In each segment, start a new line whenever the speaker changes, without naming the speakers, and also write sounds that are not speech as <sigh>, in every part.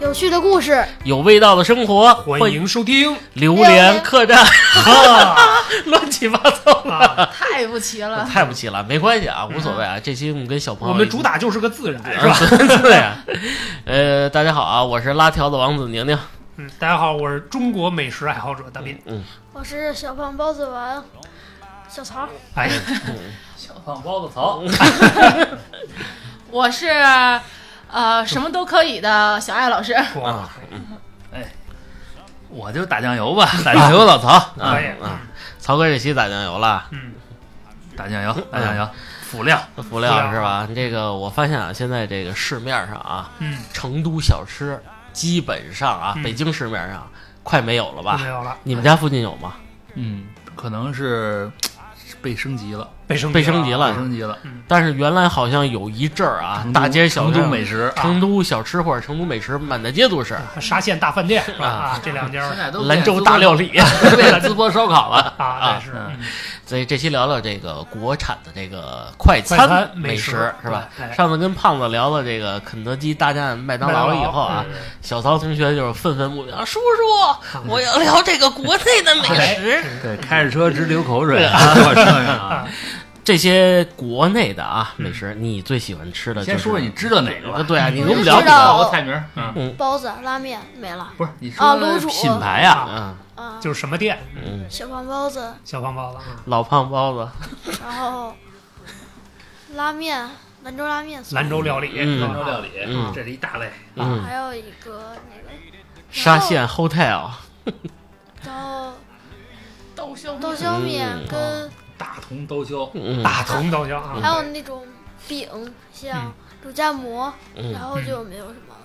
有趣的故事，
有味道的生活，
欢迎收听
榴莲客栈，
啊
乱七八
<laughs>
糟，
啊！
太不齐了。 <laughs>
太不齐了，没关系啊，无所谓啊，这期我们跟小朋
我
友
们主打就是个自然，是吧？
吧？ <laughs> 对呀，呃，大家好啊，我是拉条子王子宁宁，
嗯，大家好，我是中国美食爱好者大斌。
我是小胖包子王，小曹。
哎，
小胖包子曹，
嗯
我是呃什么都可以的小爱老
<laughs>
师。
哇，哎
我就打酱油吧，打
打酱油老曹啊
可以，
啊，曹哥这期打酱油了。
嗯，
打酱油，打酱油，辅料。
辅
辅
料
料
是吧？这个我发现啊，现在这个市面上啊，
嗯，
成都小吃基本上啊，
嗯
北京市面上快没有了吧
没？有了，
你们家附近有吗？
嗯，可能是嘖被升级了，
被升
被升级
被
了，
升级了。
但是原来好像有一阵儿啊
成，都
大街小
成都
巷、
美食，啊
成都小吃或者成都美食满大街都是，
沙县大饭店是吧？
啊
啊，这两家
现在都
兰州大
<laughs>
料理，
变淄博烧烤了。
啊，这是
啊
嗯
所以这期聊聊这个国产的这个快
快餐
餐
美
食是吧？？
哎
上次跟胖子聊了这个肯德基大战麦当
麦当
劳
劳
以后啊，
嗯
小曹同学就是愤愤不平，啊叔叔，我要聊这个国内的美
<laughs>
哎
食。
对，开着车直流口水啊！我说 <laughs> 呀，
这些国内的啊美食，你最喜欢吃的、就是？
先说说你知道哪个吧？
对啊，你给我们
知道
聊几
聊几
个
道
个菜名？嗯，
包子、拉面没了
不是，你
啊
说
卤煮
品牌啊？
啊？
啊，
就是什么店？
嗯，
小胖包子，
小胖包子啊，
老胖包子，
然后拉面，兰州拉面，啊
兰州料理，
嗯
兰州料理，
嗯
这是一大类。
嗯，
还有一个那个
沙县 hotel，
刀
刀削
刀削面
嗯
跟
大同刀削，
嗯，
大同刀削啊，
还有那种饼，像肉夹馍，然后就没有什么了。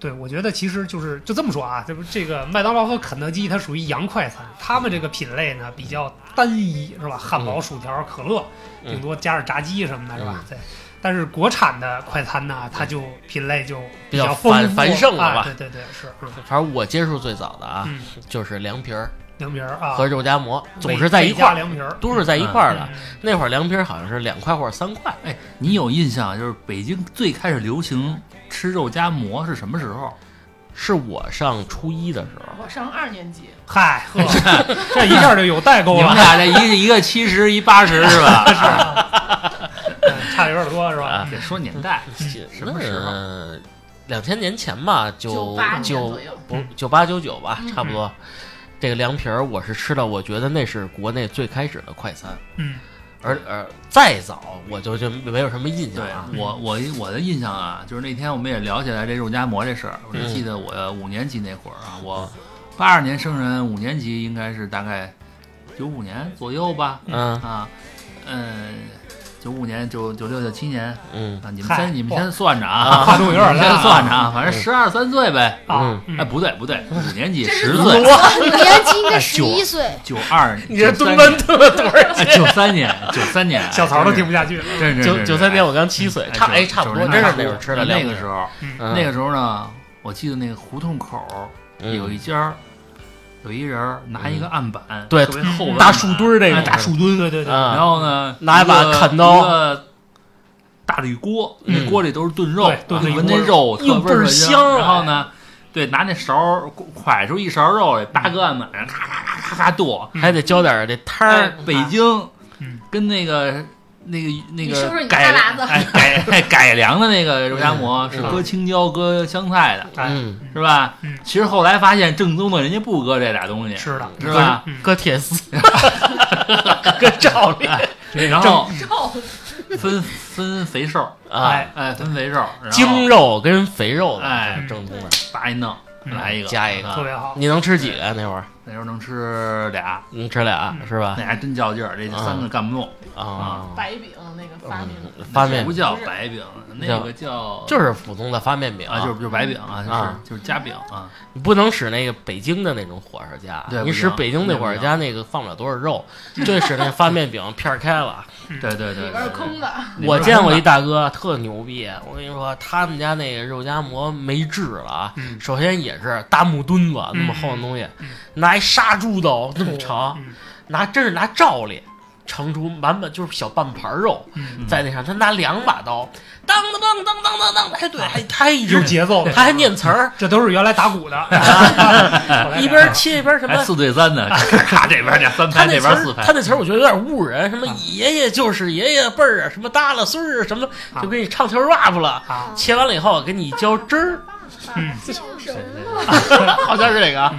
对，我觉得其实就是就这么说啊，这不这个麦当劳和肯德基它属于洋快餐，他们这个品类呢比较单一，是吧？汉堡、薯条、可乐，
嗯
顶多加上炸鸡什么的，是吧？对。但是国产的快餐呢，它就品类就
比较
较丰
繁
富
繁盛了
啊
吧
对对对，是，嗯
反正我接触最早的啊，
嗯，
就是凉皮儿
凉皮儿啊，
和肉夹馍，总是在一块
儿，
儿，
凉皮儿
都是在一块儿的。
嗯
那会儿凉皮儿好像是两块或者三块，
哎，你有印象就是北京最开始流行吃肉夹馍是什么时候？
是我上初一的时候，
我上二年级，
嗨
<laughs>
呵，这一下就有代沟
你们
了，
俩这一个一个七十，一八十是吧？
是
<laughs>
吧？嗯差的有点多，是吧
啊？
得说年代，
什
嗯么时候
候？两千年前吧，九
98年
九
左右
不
嗯
九八九九吧，
嗯
差不多。这个凉皮儿我是吃的，我觉得那是国内最开始的快餐，
嗯
而而再早我就就没有什么印象
对
啊
了。
我我我的印象啊，就是那天我们也聊起来这肉夹馍这事儿。我就
嗯
记得我五年级那会儿啊，我八二年生人，五年级应该是大概九五年左右吧，
嗯
啊，嗯，九五年九九六九七年
嗯
啊，你们
嗨
先你们先算着啊，
哇跨度有点大
你们先算着啊，反
嗯
正十二三岁呗。
啊，嗯
哎，不对
<laughs>
不对，五年级
这是
十
多
岁，
五 <laughs> 年级应该十
九哎
一岁，
九二，
<laughs>
你这蹲班蹲了多少年？
九三年，九三年，
<laughs>
哎
小曹
嗯
都听不下去了。
真是
九九三年，我刚七岁，
真是
差
哎
哎差不多，
九
真是那会儿吃的凉
那
皮
个
儿
时候，
嗯
那个时候呢，我记得那个胡同口儿
嗯
有一家儿，有一人儿拿一个案板，
对嗯
特别厚的案板
大树墩儿那
哎
种
大树墩，
对对对，
啊
然后呢，
拿一把
个
砍刀
一个大铝锅，
嗯
那锅里都是炖肉
对，炖的
你闻
一锅
那肉特
哟
味儿
倍儿香哎
然后呢，对，拿那勺儿蒯出一勺肉来，八个案板，咔咔咔咔咔剁。
还得浇点儿这汤
哎
儿，
北京
嗯
跟那个那个那
你是不是
个
你
改
大喇子
哎改 <laughs> 哎改良的那个肉夹馍是
嗯
搁青椒搁香菜的，
哎
嗯，
是吧
嗯？
其实后来发现正宗的人家不搁这俩东西，
是的，
是吧？
嗯
搁铁丝， <laughs> 搁罩里
啊然后
照
分 <laughs> 分肥瘦，
啊，
哎，分肥瘦，然后
精肉跟肥肉的
哎
正宗的。
叭一弄，
嗯
来一个，
加一个
啊
特别好。
你能吃几啊个那会儿？
那时候能吃俩，
能吃俩是吧
那？还真较劲儿，
嗯
这三个干不动。
啊，
白饼那个发明的，
嗯
发面
不叫白饼，那个叫
就是普通的发面饼
啊，就是就是白饼啊，
啊
就是就是夹饼啊，
你不能使那个北京的那种火烧夹
对，
你
不
使
行
北京那火烧夹那个放不了多少肉，就使那发面饼片儿开
<laughs>
了。
嗯
对
里
对对对
边是
对
空 <laughs> 的，
里边
我
是
见
空
过
的
一大哥特牛逼，我跟你说，他们家那个肉夹馍没治了啊。
嗯
嗯
首先也是大木墩子那么厚的东西，拿一杀猪刀那么长，
嗯
拿真是拿照例盛出满满就是小半盘肉，
嗯
在那上他拿两把刀，当当当当当当当，还对，还他还一
啊有
直
节奏的，
他还念词儿，
这都是原来打
<laughs>
鼓的， <laughs> 后嗯来
一
改
边
了
切一边什
还
么。
四对三呢，咔这边俩三
他
拍，
那
那
词
边
儿
四，拍
他，那词儿我觉得有点误人，什
啊
么爷爷就是爷爷辈儿啊，什么耷拉孙儿啊，什么
啊
就给你唱条 rap 了。
啊，
切完了以后给你浇汁儿，
嗯，
好像是这
<laughs>
个啊，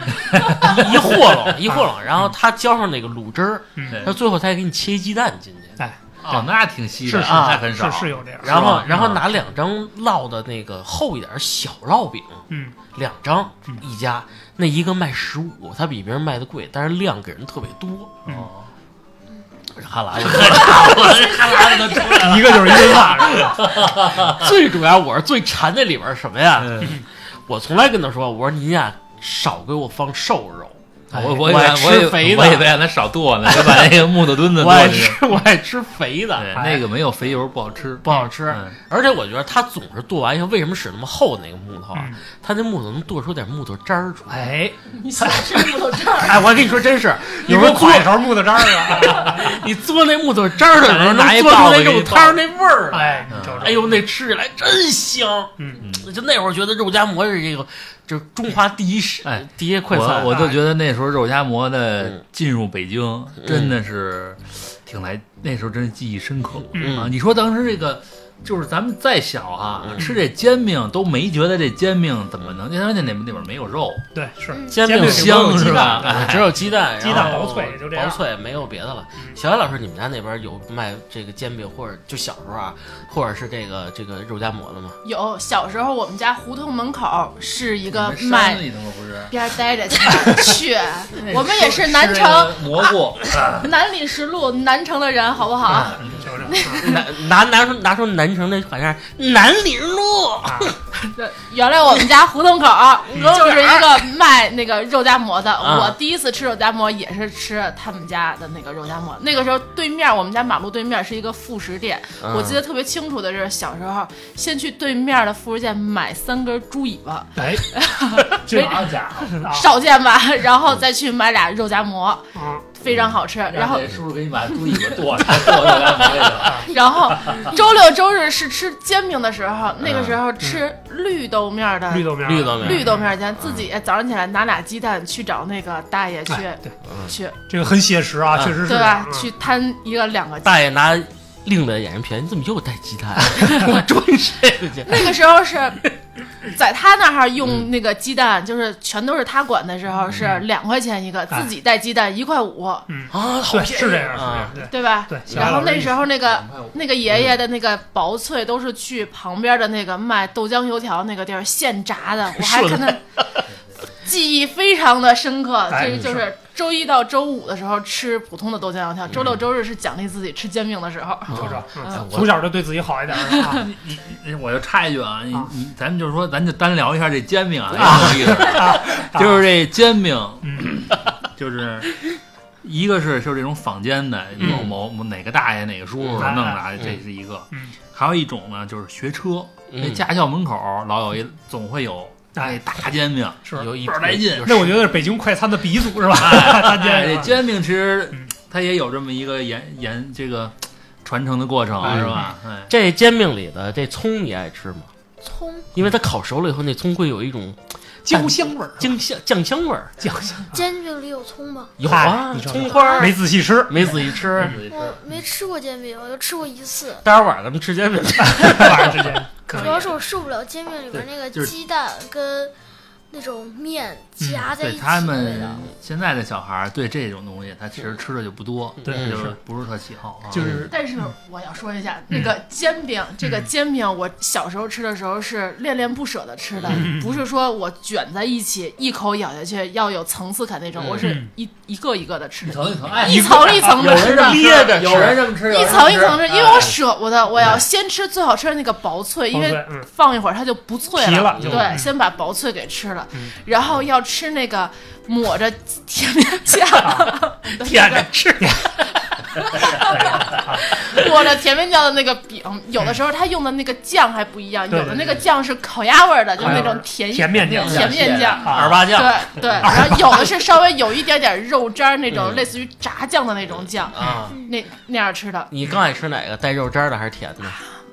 一一和拢一和拢，然后他浇上那个卤汁儿，
嗯，
他最后他还给你切一鸡蛋进去，
哎，
哦，那挺稀
是
的，
是
那很少
是。
<laughs>
是有这样，
啊然后
是吧嗯
然后拿两张烙的那个厚一点儿小烙饼，
嗯，
两张
嗯
一家，那一个卖十五，它比别人卖的贵，但是量给人特别多。嗯
哦哈 <laughs> 喇子，哈喇
<laughs>
子都出来了。
一个就是一顿饭，
<laughs>
是吧
最主要我是最馋那里边儿什么呀？
嗯
我从来跟他说，我说您呀少给我放瘦肉，
我
哎我
哎我以为
爱
我以
吃肥
为
的
我以为，让他少剁呢，就把那个木头墩子
我
剁
爱
进去。
吃我爱吃肥的哎
对，，那个没有肥油不好吃。
不好吃
嗯。
而且我觉得他总是剁完以后，为什么使那么厚那个木头啊
嗯？
他那木头能剁出点木头渣儿出来。
哎，
你想吃木头这儿，
<laughs> 哎，我跟你说，真是
你
有
给
时
我
候做
快一勺木头渣
<laughs>
儿啊，
你嘬那木头渣儿的时候，
拿
能
一
嘬出
棒
那
子
肉
一
汤儿那味儿来。
哎，你瞅瞅，
哎呦，那吃起来真香！
嗯，
就那会儿觉得肉夹馍是这个，就是中华第一是
哎
第 <laughs> 一快餐。
我我就觉得那时候肉夹馍的
嗯
进入北京，真的是挺来，那时候真是记忆深刻
嗯
啊！你说当时这个。就是咱们再小啊，吃这煎饼都没觉得这煎饼怎么能，因为那那里边没有肉，
对，是
嗯
煎
饼
饼
里边有
香
鸡
是
蛋
吧
的
啊只有鸡蛋，
鸡蛋
然后
薄脆就这样
薄脆没有别的了。小野老师，你们家那边有卖这个煎饼，或者就小时候啊，或者是这个这个肉夹馍 <laughs> 的吗？
有小时候我们家胡同门口是一个
你们山
卖
里头不是？
边儿待着去，
<laughs>
我们也是南城
吃蘑菇，
南礼士路南城的人，好不
嗯
好？
嗯
你瞅
<laughs>
嗯瞅，
拿拿拿出拿出南城那款式，南陵路
原来我们家胡同口儿就是一个卖那个肉夹馍的。
啊
我第一次吃肉夹馍也是吃他们家的那个肉夹馍。那个时候对面我们家马路对面是一个副食店，
嗯
我记得特别清楚的是小时候先去对面的副食店买三根猪尾巴，
<laughs>
哎，这
好家伙！
啊
少见吧， <laughs> 然后再去买俩肉夹馍，
啊，
非常好吃。然后
让那叔叔给你把猪尾巴剁了，剁肉夹馍去了。
然后周六周日是吃煎饼的时候，那个时候吃绿豆面儿的
绿豆面儿，
绿豆面儿
绿豆面儿煎，自己哎早上起来拿俩鸡蛋去找那个大爷去
嗯哎对，
去，
这个很写实啊，
嗯
确实是
对吧？
嗯
去摊一个两个鸡。
大爷拿另类眼神瞥，你怎么又带鸡蛋？ <laughs> 我追这个
嗯
去。
那个时候是在他那儿用那个鸡蛋，就是全都是他管的时候是两块钱一个，
嗯哎
自己带鸡蛋一块五，
啊，好
对，
便宜
是这样，是这
啊
样，！对，
对吧？
对小
然
老
后
师
那
意
时
思
候那个
两块五
那个爷爷的那个薄脆都是去旁边的那个卖豆浆油条那个地儿现炸的，我还看他记忆非常的深刻。
哎
这个就是周一到周五的时候吃普通的豆浆油条，周六周日是奖励自己吃煎饼的时候。
你瞅
啊
瞅，
嗯
嗯从小就对自己好一点儿啊。
<laughs>
哎我就插一句啊，你
啊
你咱们就是说，咱就单聊一下这煎饼啊，也有意
<laughs>
思。就是这煎饼，
啊嗯
就是一个是就是这种坊间的
嗯
某某某哪个大爷哪个叔叔弄的啊，
嗯
这是一个
哎嗯。
还有一种呢，就是学车，
嗯
那驾校门口老有一总会有那
哎，
大煎饼，
是
嗯有一
倍儿来劲
有
那我觉得是北京快餐的鼻祖是吧？ <laughs> 他
哎，
煎
这煎饼其实
嗯
它也有这么一个延延这个传承的过程，
哎
是吧？
嗯
哎，
这煎饼里的这葱你爱吃吗？
葱
因为它烤熟了以后，那葱会有一种
焦香味儿，
酱香酱香味儿。
酱香味儿
煎饼里有葱吗？
有
哎
啊，
你瞅瞅
葱花儿
没仔细吃，
<laughs> 没仔细吃。
我没吃过煎饼，我就吃过一次，
待会儿晚上咱们吃煎饼。
<laughs>
<laughs>
晚上之间可
主要是我受不了煎饼里边那个
就是嗯
鸡蛋跟那种面夹在一
对
起
他
的味
们
道。
现在的小孩儿对这种东西，他其实吃的就不多，
对
就是是不是特喜好啊。
就是
但是我要说一下，那个煎饼，这个煎饼，我小时候吃的时候是恋恋不舍的吃的，不是说我卷在一起一口咬下去要有层次感那种，
嗯
我是一一个一个的吃
一，层一层，哎，
一层一层
有
的吃
人这么吃
裂着吃
有人这么吃，
<laughs> 一层一层
吃，
吃，因为我舍不得，我要先吃最好吃的那个薄脆，因
对
为
嗯
放一会儿它就不脆
皮了就
对，
嗯
先把薄脆给吃了
嗯，
然后要吃那个抹
<laughs>
着
啊
甜面酱，
舔着吃。
说了，前面叫的那个饼，有的时候它用的那个酱还不一样，
对
有的
对
那个酱是烤鸭味儿的，就是那
烤鸭
种
味儿
甜
甜面酱
甜面酱。
啊
二八酱
<laughs>
对对，然后有的是稍微有一点点肉汁儿那
嗯
种，类似于炸酱的那种酱，
啊。
那那样吃的
你更爱吃哪个？带肉汁儿的还是甜的？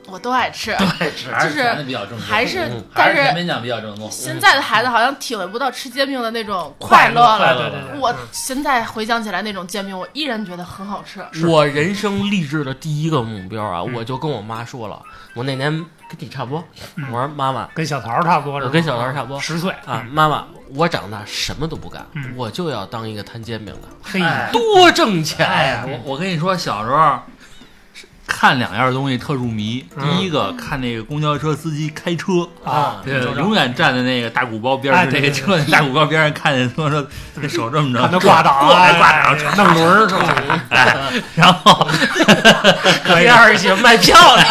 我都爱吃。
爱吃
还
就是
甜的比较正宗，
还是
嗯，
但
还是甜
是
面酱比较正宗。
现在的孩子好像体会不到吃煎饼的那种
快
快乐了。
对对嗯对，
我现在回想起来那种煎饼，我依然觉得很好吃。
我人生励志的第一个目标啊，我就跟我妈说了，我那年跟你差不多，我说妈妈，
跟小桃差不多是吧，
我跟小桃差不多
十岁
啊，，妈妈，我长大什么都不干
嗯，
我就要当一个摊煎饼的，
嘿，
哎
多挣钱
哎
呀
呀，！我我跟你说，小时候是看两样东西特入迷，
嗯
第一个看那个公交车司机开车。
啊
对，永远站在那个大鼓包边
哎
上，
对
那个车大鼓包边上看见说说那手这么着，
看他挂档
过
啊，
来挂档，
哎弄轮儿是吧？
然后
可以
第，二
<laughs>
些卖票的，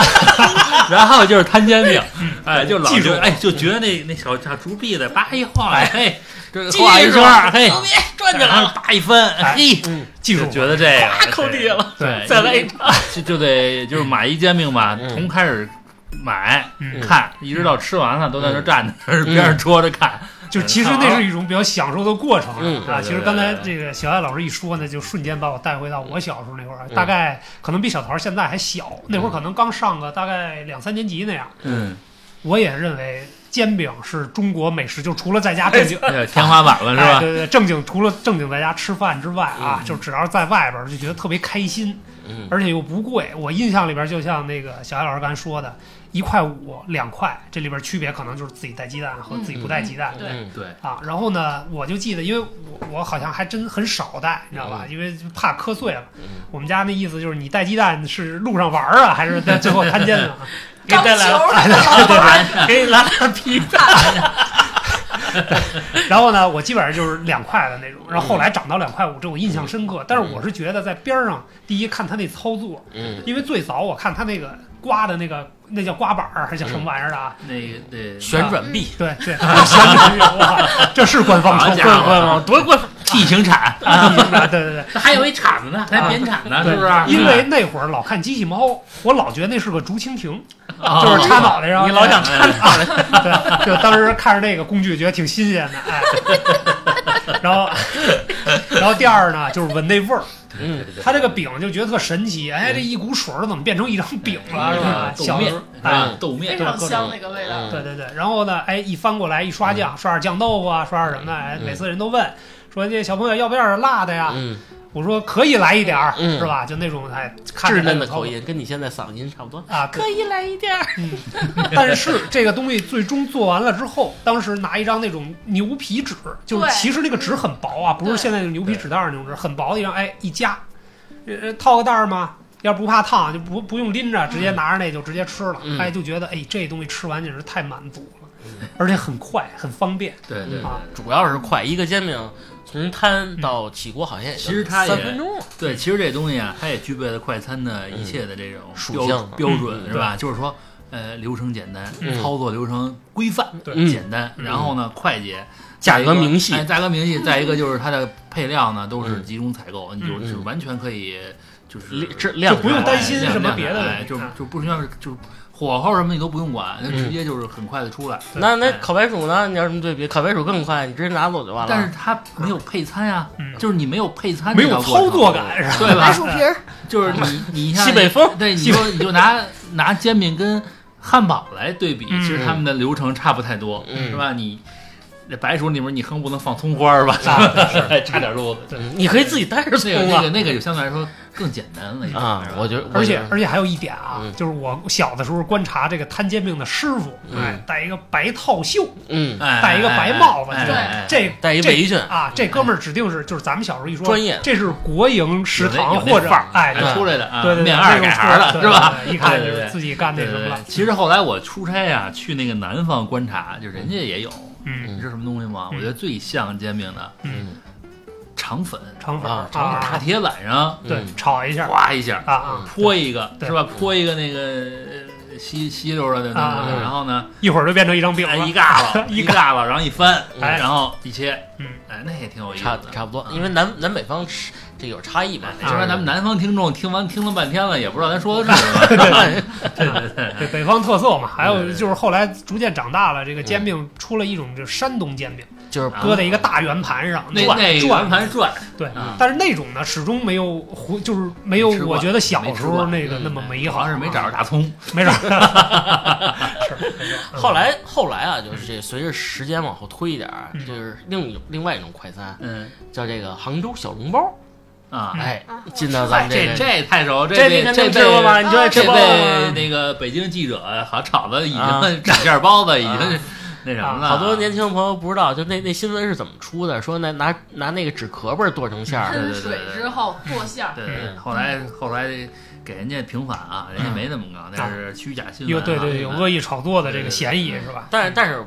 <laughs> 然后就是摊煎饼，哎，就老
技术
就哎就觉得那那小小竹臂子叭一晃，嘿，这
技术
画一圈儿，嘿，
牛逼赚起来
然后
了，
叭一翻，
哎
嘿，
嗯
技术
就觉得这
啪
个
扣地下，了，
对，
再来一张，
就就得就是买一煎饼吧，
嗯
从开始买
嗯
看，一直到吃完了都在
嗯
那站着， <laughs> 边上戳着看，
就其实那是一种比较享受的过程
嗯
啊。
对对
其实刚才
对
这个小艾老师一说呢，就瞬间把我带回到我小时候那会儿，啊大概可能比小桃现在还小，那会儿可能刚上个大概两三年级那样。
嗯，
我也认为煎饼是中国美食，就除了在家正经。
哎呀天花板了是
哎，
吧？
对对，对正经除了正经在家吃饭之外啊，就只要是在外边儿就觉得特别开心，
嗯
而且又不贵。我印象里边儿就像那个小艾老师刚才说的，一块五、两块，这里边儿区别可能就是自己带鸡蛋和自己不带鸡蛋。
对
嗯
对，
啊，然后呢，我就记得，因为我我好像还真很少带，你知道吧？
嗯
因为就怕磕碎了。我们家那意思就是，你带鸡蛋是路上玩儿啊，还是在最后摊煎啊
<laughs>
呢？
给你带来了，给你来两皮蛋，
然后呢，我基本上就是两块的那种，然后
嗯
后来涨到两块五，这我印象深刻。但是我是觉得在边儿上，第一看他那操作，
嗯，
因为最早我看他那个刮的那个，那叫刮板儿还是叫什么
嗯
玩意儿的啊？
那个对
旋转臂，
对
<laughs>
对，旋转油啊，这是官方
好
操
家
作
伙 <laughs>
吗？
多过分，
T
<laughs>
型铲，
啊，对对对。
还有一铲子呢，还扁铲呢，
对
是不
啊
是？
因为那会儿老看机器猫，我老觉得那是个竹蜻蜓，
啊
就是插脑袋上。
你老想
铲
对，就当时看着那个工具，觉得挺新鲜的，哎。 <laughs> 然后， <laughs> 然后第二呢，就是闻那味儿，
嗯，
它这个饼就觉得特神奇，哎，这一股水儿怎么变成一张饼了，
哎
是吧？
豆
小
面
时候，
啊
嗯，
豆
非 <laughs>
面，
常香那个味道。
对对对，然后呢，哎，一翻过来一刷
嗯
酱，刷点酱豆腐啊，刷点什么的，哎，每次人都问说这小朋友要不要点辣的呀？
嗯，
我说可以来一点儿，
嗯
是吧？就那种哎，看着
稚嫩的
很高
口音跟你现在嗓音差不多，
啊，
可以来一点儿，
<laughs> 但是这个东西最终做完了之后，当时拿一张那种牛皮纸，就是
对
其实那个纸很薄啊，不是
对
现在那种牛皮纸袋儿那种纸，很薄的一张，哎，一夹，呃，套个袋儿嘛，要不怕烫就不不用拎着，直接拿着那就直接吃了，
嗯
哎，就觉得哎这东西吃完简直太满足了，而且很快很方便
对对对
啊。
主要是快，一个煎饼从摊到起锅好像也就
其实它也
三分钟，
对，其实这东西啊，它也具备了快餐的一切的这种
嗯属
标
性
标
嗯
准，是吧？就是说，呃，流程简单，
嗯
操作流程规范，
嗯
简单，然后呢，快捷。
价
再一个
格明细
哎，价格明细。再一个就是它的配料呢，都是
嗯
集中采购，你就
嗯
是完全可以，就是
这量
就嗯不用担心
哎
什么
量
别的
哎
问题
就
啊
就不需要就是火候什么你都不用管，就
嗯
直接就是很快的出来。
那那烤白薯呢？你要什么对比？烤白薯更快，你直接拿走就完了。
但是它没有配餐呀
嗯，
就是你没有配餐，
没有操作，感
嗯
是吧？
对吧
白？薯皮
<laughs>
儿，
就是
<laughs>
你你像
西北风
对，你就你就拿拿煎饼跟汉堡来对比，
嗯
其实他们的流程差不太多，
嗯
是吧？你那白薯里面你恨不能放葱花儿吧，
啊
<laughs> 差点漏。
嗯你可以自己带着
那
葱
个那
啊
个那个就相对来说更简单了一点
啊
是！吧
我觉得，
而且
我觉得
而且还有一点啊，
嗯
就是我小的时候观察这个摊煎饼的师傅，
嗯
哎，戴一个白套袖，
嗯，
哎
戴一个白帽子，
哎
这
哎哎
这
带一
这
围裙，
啊，这哥们儿指定是就是咱们小时候一说
专业的
这是国营食堂
有那
或者
范儿
哎，
哎
嗯
出来的啊，
对对对，
面
那
二
种
改
出
行了
对
是吧？
对对一看就
对对
是
对
自己干那
对
什么
对
了
对，。其实后来我出差啊，去那个南方观察，就人家也有，
嗯，
你知道什么东西吗？
嗯
我觉得最像煎饼的
嗯，
肠粉，
肠粉
啊
儿
肠粉儿
大
啊，
铁板上
嗯
对，炒一下
哗一嗯下，
啊啊，
泼一个
对
是吧？泼一个那个呃稀稀溜的那
啊
个，
嗯
然后呢，
一会儿就变成一张饼
哎
了
一。嘎了，
一
一嘎了，然后一翻，
哎
然后一切
嗯，
哎，那也挺有意思
差
的，
差不多，
嗯
因为南南北方吃这有差异吧？
要不然咱们南方听众听完听了半天了，也不知道咱说的是什么。
对北方特色嘛。还
对
有
对对
就是后来逐渐长大了，这个煎饼出了一种就是山东煎饼，
就是
啊
搁在一个大圆盘上
那
转
那
转
转盘转，
对
啊，
但是那种呢，始终没有胡，就是没有
没吃过
我觉得小
没吃
时
过嗯
候那个那么美
好
好，
像是没找着大葱。
没事儿。
<laughs>
后来后来啊，就是这随着时间往后推一点儿，
嗯
就是另一另外一种快餐，
嗯
叫这个杭州小笼包。
啊，
哎
啊，
进到咱
哎
们
这
个
这太熟，
这
这
你
这
肯
这
定吃过吧？
被
你就爱吃
这
包啊
被
吗？
那个北京记者好像炒的已
啊
经炸馅儿包子已经
啊
那什么了，
好多年轻朋友不知道，就那那新闻是怎么出的？说拿拿拿那个纸壳儿剁成馅
<laughs>
儿，
喷水之后剁馅儿，
对对，
嗯
对后来后来给人家平反啊，人家没那么搞，那是虚假新闻
嗯有
啊。
对对有恶意炒作的这个嫌疑
对对对
是吧？
但是但是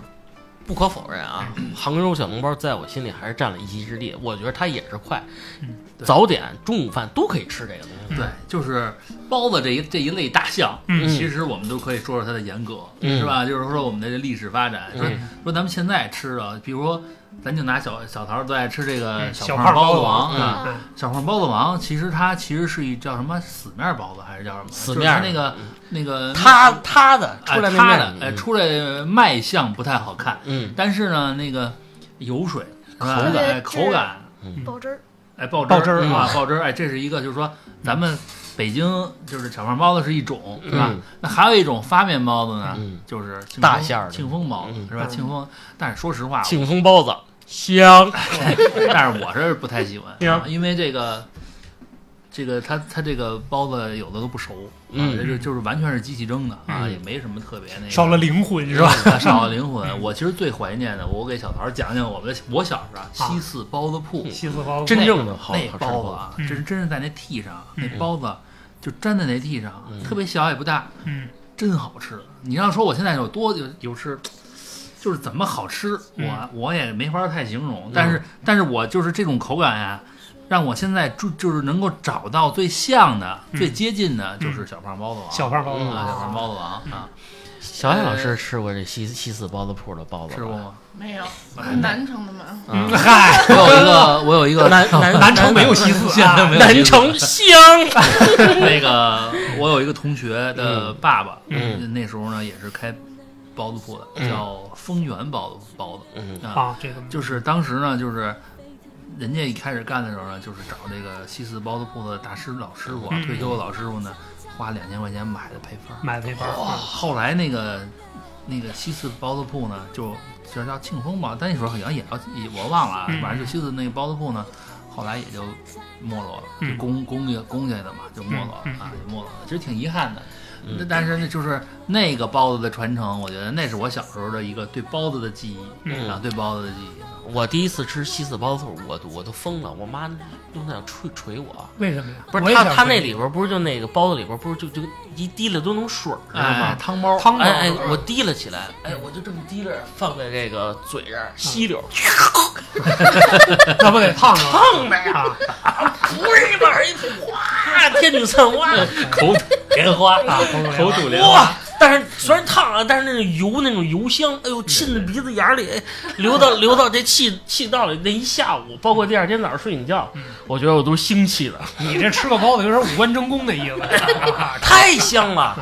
不可否认啊，
嗯
杭州小笼包在我心里还是占了一席之地。我觉得它也是快，
嗯对
早点、中午饭都可以吃这个东西。
对，就是包子这一这一类大项，
嗯
其实我们都可以说说它的严格，
嗯
是吧？就是说我们的历史发展，说
嗯
说咱们现在吃的，比如说咱就拿小小桃儿最爱吃这个
嗯小
胖
胖
包
包
子
子
王
王
啊，
嗯
小胖包子王，其实它其实是一叫什么死面包子还是叫什么
死面儿
就是它那个那个
塌塌的
嗯
出
哎
来那
它
面
的哎
嗯
出来卖相不太好看，
嗯，
但是呢那个油水口
口感
感口感
爆汁儿，
哎爆
爆
汁
汁
儿
儿
啊
嗯
爆汁儿哎这是一个就是说咱们北京就是小胖包子是一种是吧
嗯？
那还有一种发面包子呢
嗯，
就是庆丰
大馅儿的
庆丰包子
嗯
是吧？
嗯
庆丰，但是说实话，
庆丰包子香， <laughs>
但是我是不太喜欢，啊
行
因为这个，这个它它这个包子有的都不熟，啊，
嗯
这就就是完全是机器蒸的啊，
嗯
也没什么特别那个，
少了灵魂是
是吧
吧？？
少嗯了灵魂。我其实最怀念的，我给小桃讲讲我们的我小时候啊，西四包子铺
西四包子
真正的好
哦那
嗯好吃
包子
包
啊，
嗯
真真是在那屉上，啊那
嗯
包子就粘在那屉上，
嗯
特别小也不大，
嗯
真好吃。你要说我现在有多有有是，就是怎么好吃，我
嗯
我也没法太形
嗯
容。但是，但是我就是这种口感呀、让我现在就就是能够找到最像的、
嗯
最接近的，就是小胖包子王。
小胖包子
嗯
啊，小胖
王，
包子王啊，
子。小艾老师吃过这西西四包子铺的包子
呃吃过
吗？
吗？
没有
哎
南城的吗？
<laughs> 啊
嗯
嗨，
我有一个，我有一 <laughs> 个
南南
南城没有
<laughs>
西四
现在
啊
没有
南城香，
那个，我有一个同学的爸爸，
嗯
那时候呢也是开包子铺的，
嗯
叫丰源包子包子
嗯
啊。
啊，这个
就是当时呢，就是人家一开始干的时候呢，就是找这个西四包子铺的大师老师傅啊，
嗯
退休的老师傅呢，花两千块钱买的配方儿。
买了一包嗯
哇！后来那个那个西四包子铺呢，就就叫庆丰吧，但那时候好像也要也我忘了啊，
嗯
反正就西四那个包子铺呢，后来也就没落了，就
嗯
公公家公家的嘛，就没落了、
嗯嗯
啊，就没落了，其实挺遗憾的。
嗯
那但是呢，就是那个包子的传承，我觉得那是我小时候的一个对包子的记忆、
嗯
啊，对包子的记忆。
我第一次吃西四包子铺，我我都疯了，我妈都想捶捶我。啊
为什么呀？
不
我
是
也
他
想
他
吃
那里边不是就那个包子里边不是就就一滴了都能水儿是
哎
吗，？
汤包，
汤包
哎哎
是吧，
我滴了起来，哎，我就这么滴了，放在这个嘴这儿吸溜，
那不得烫着
烫的呀，
啊？
<laughs> 不是一往上一吐哇，天女散花，
口吐莲花啊， <laughs> 口吐莲花。
哇！但是虽然烫啊，但是那种油那种油香，哎呦，沁在鼻子眼儿里，流到流到这气气道里，那一下午，包括第二天早上睡你觉，我觉得我都是腥气的，
你这吃个包子有点五官争功的
<laughs>
意思。啊
太香了。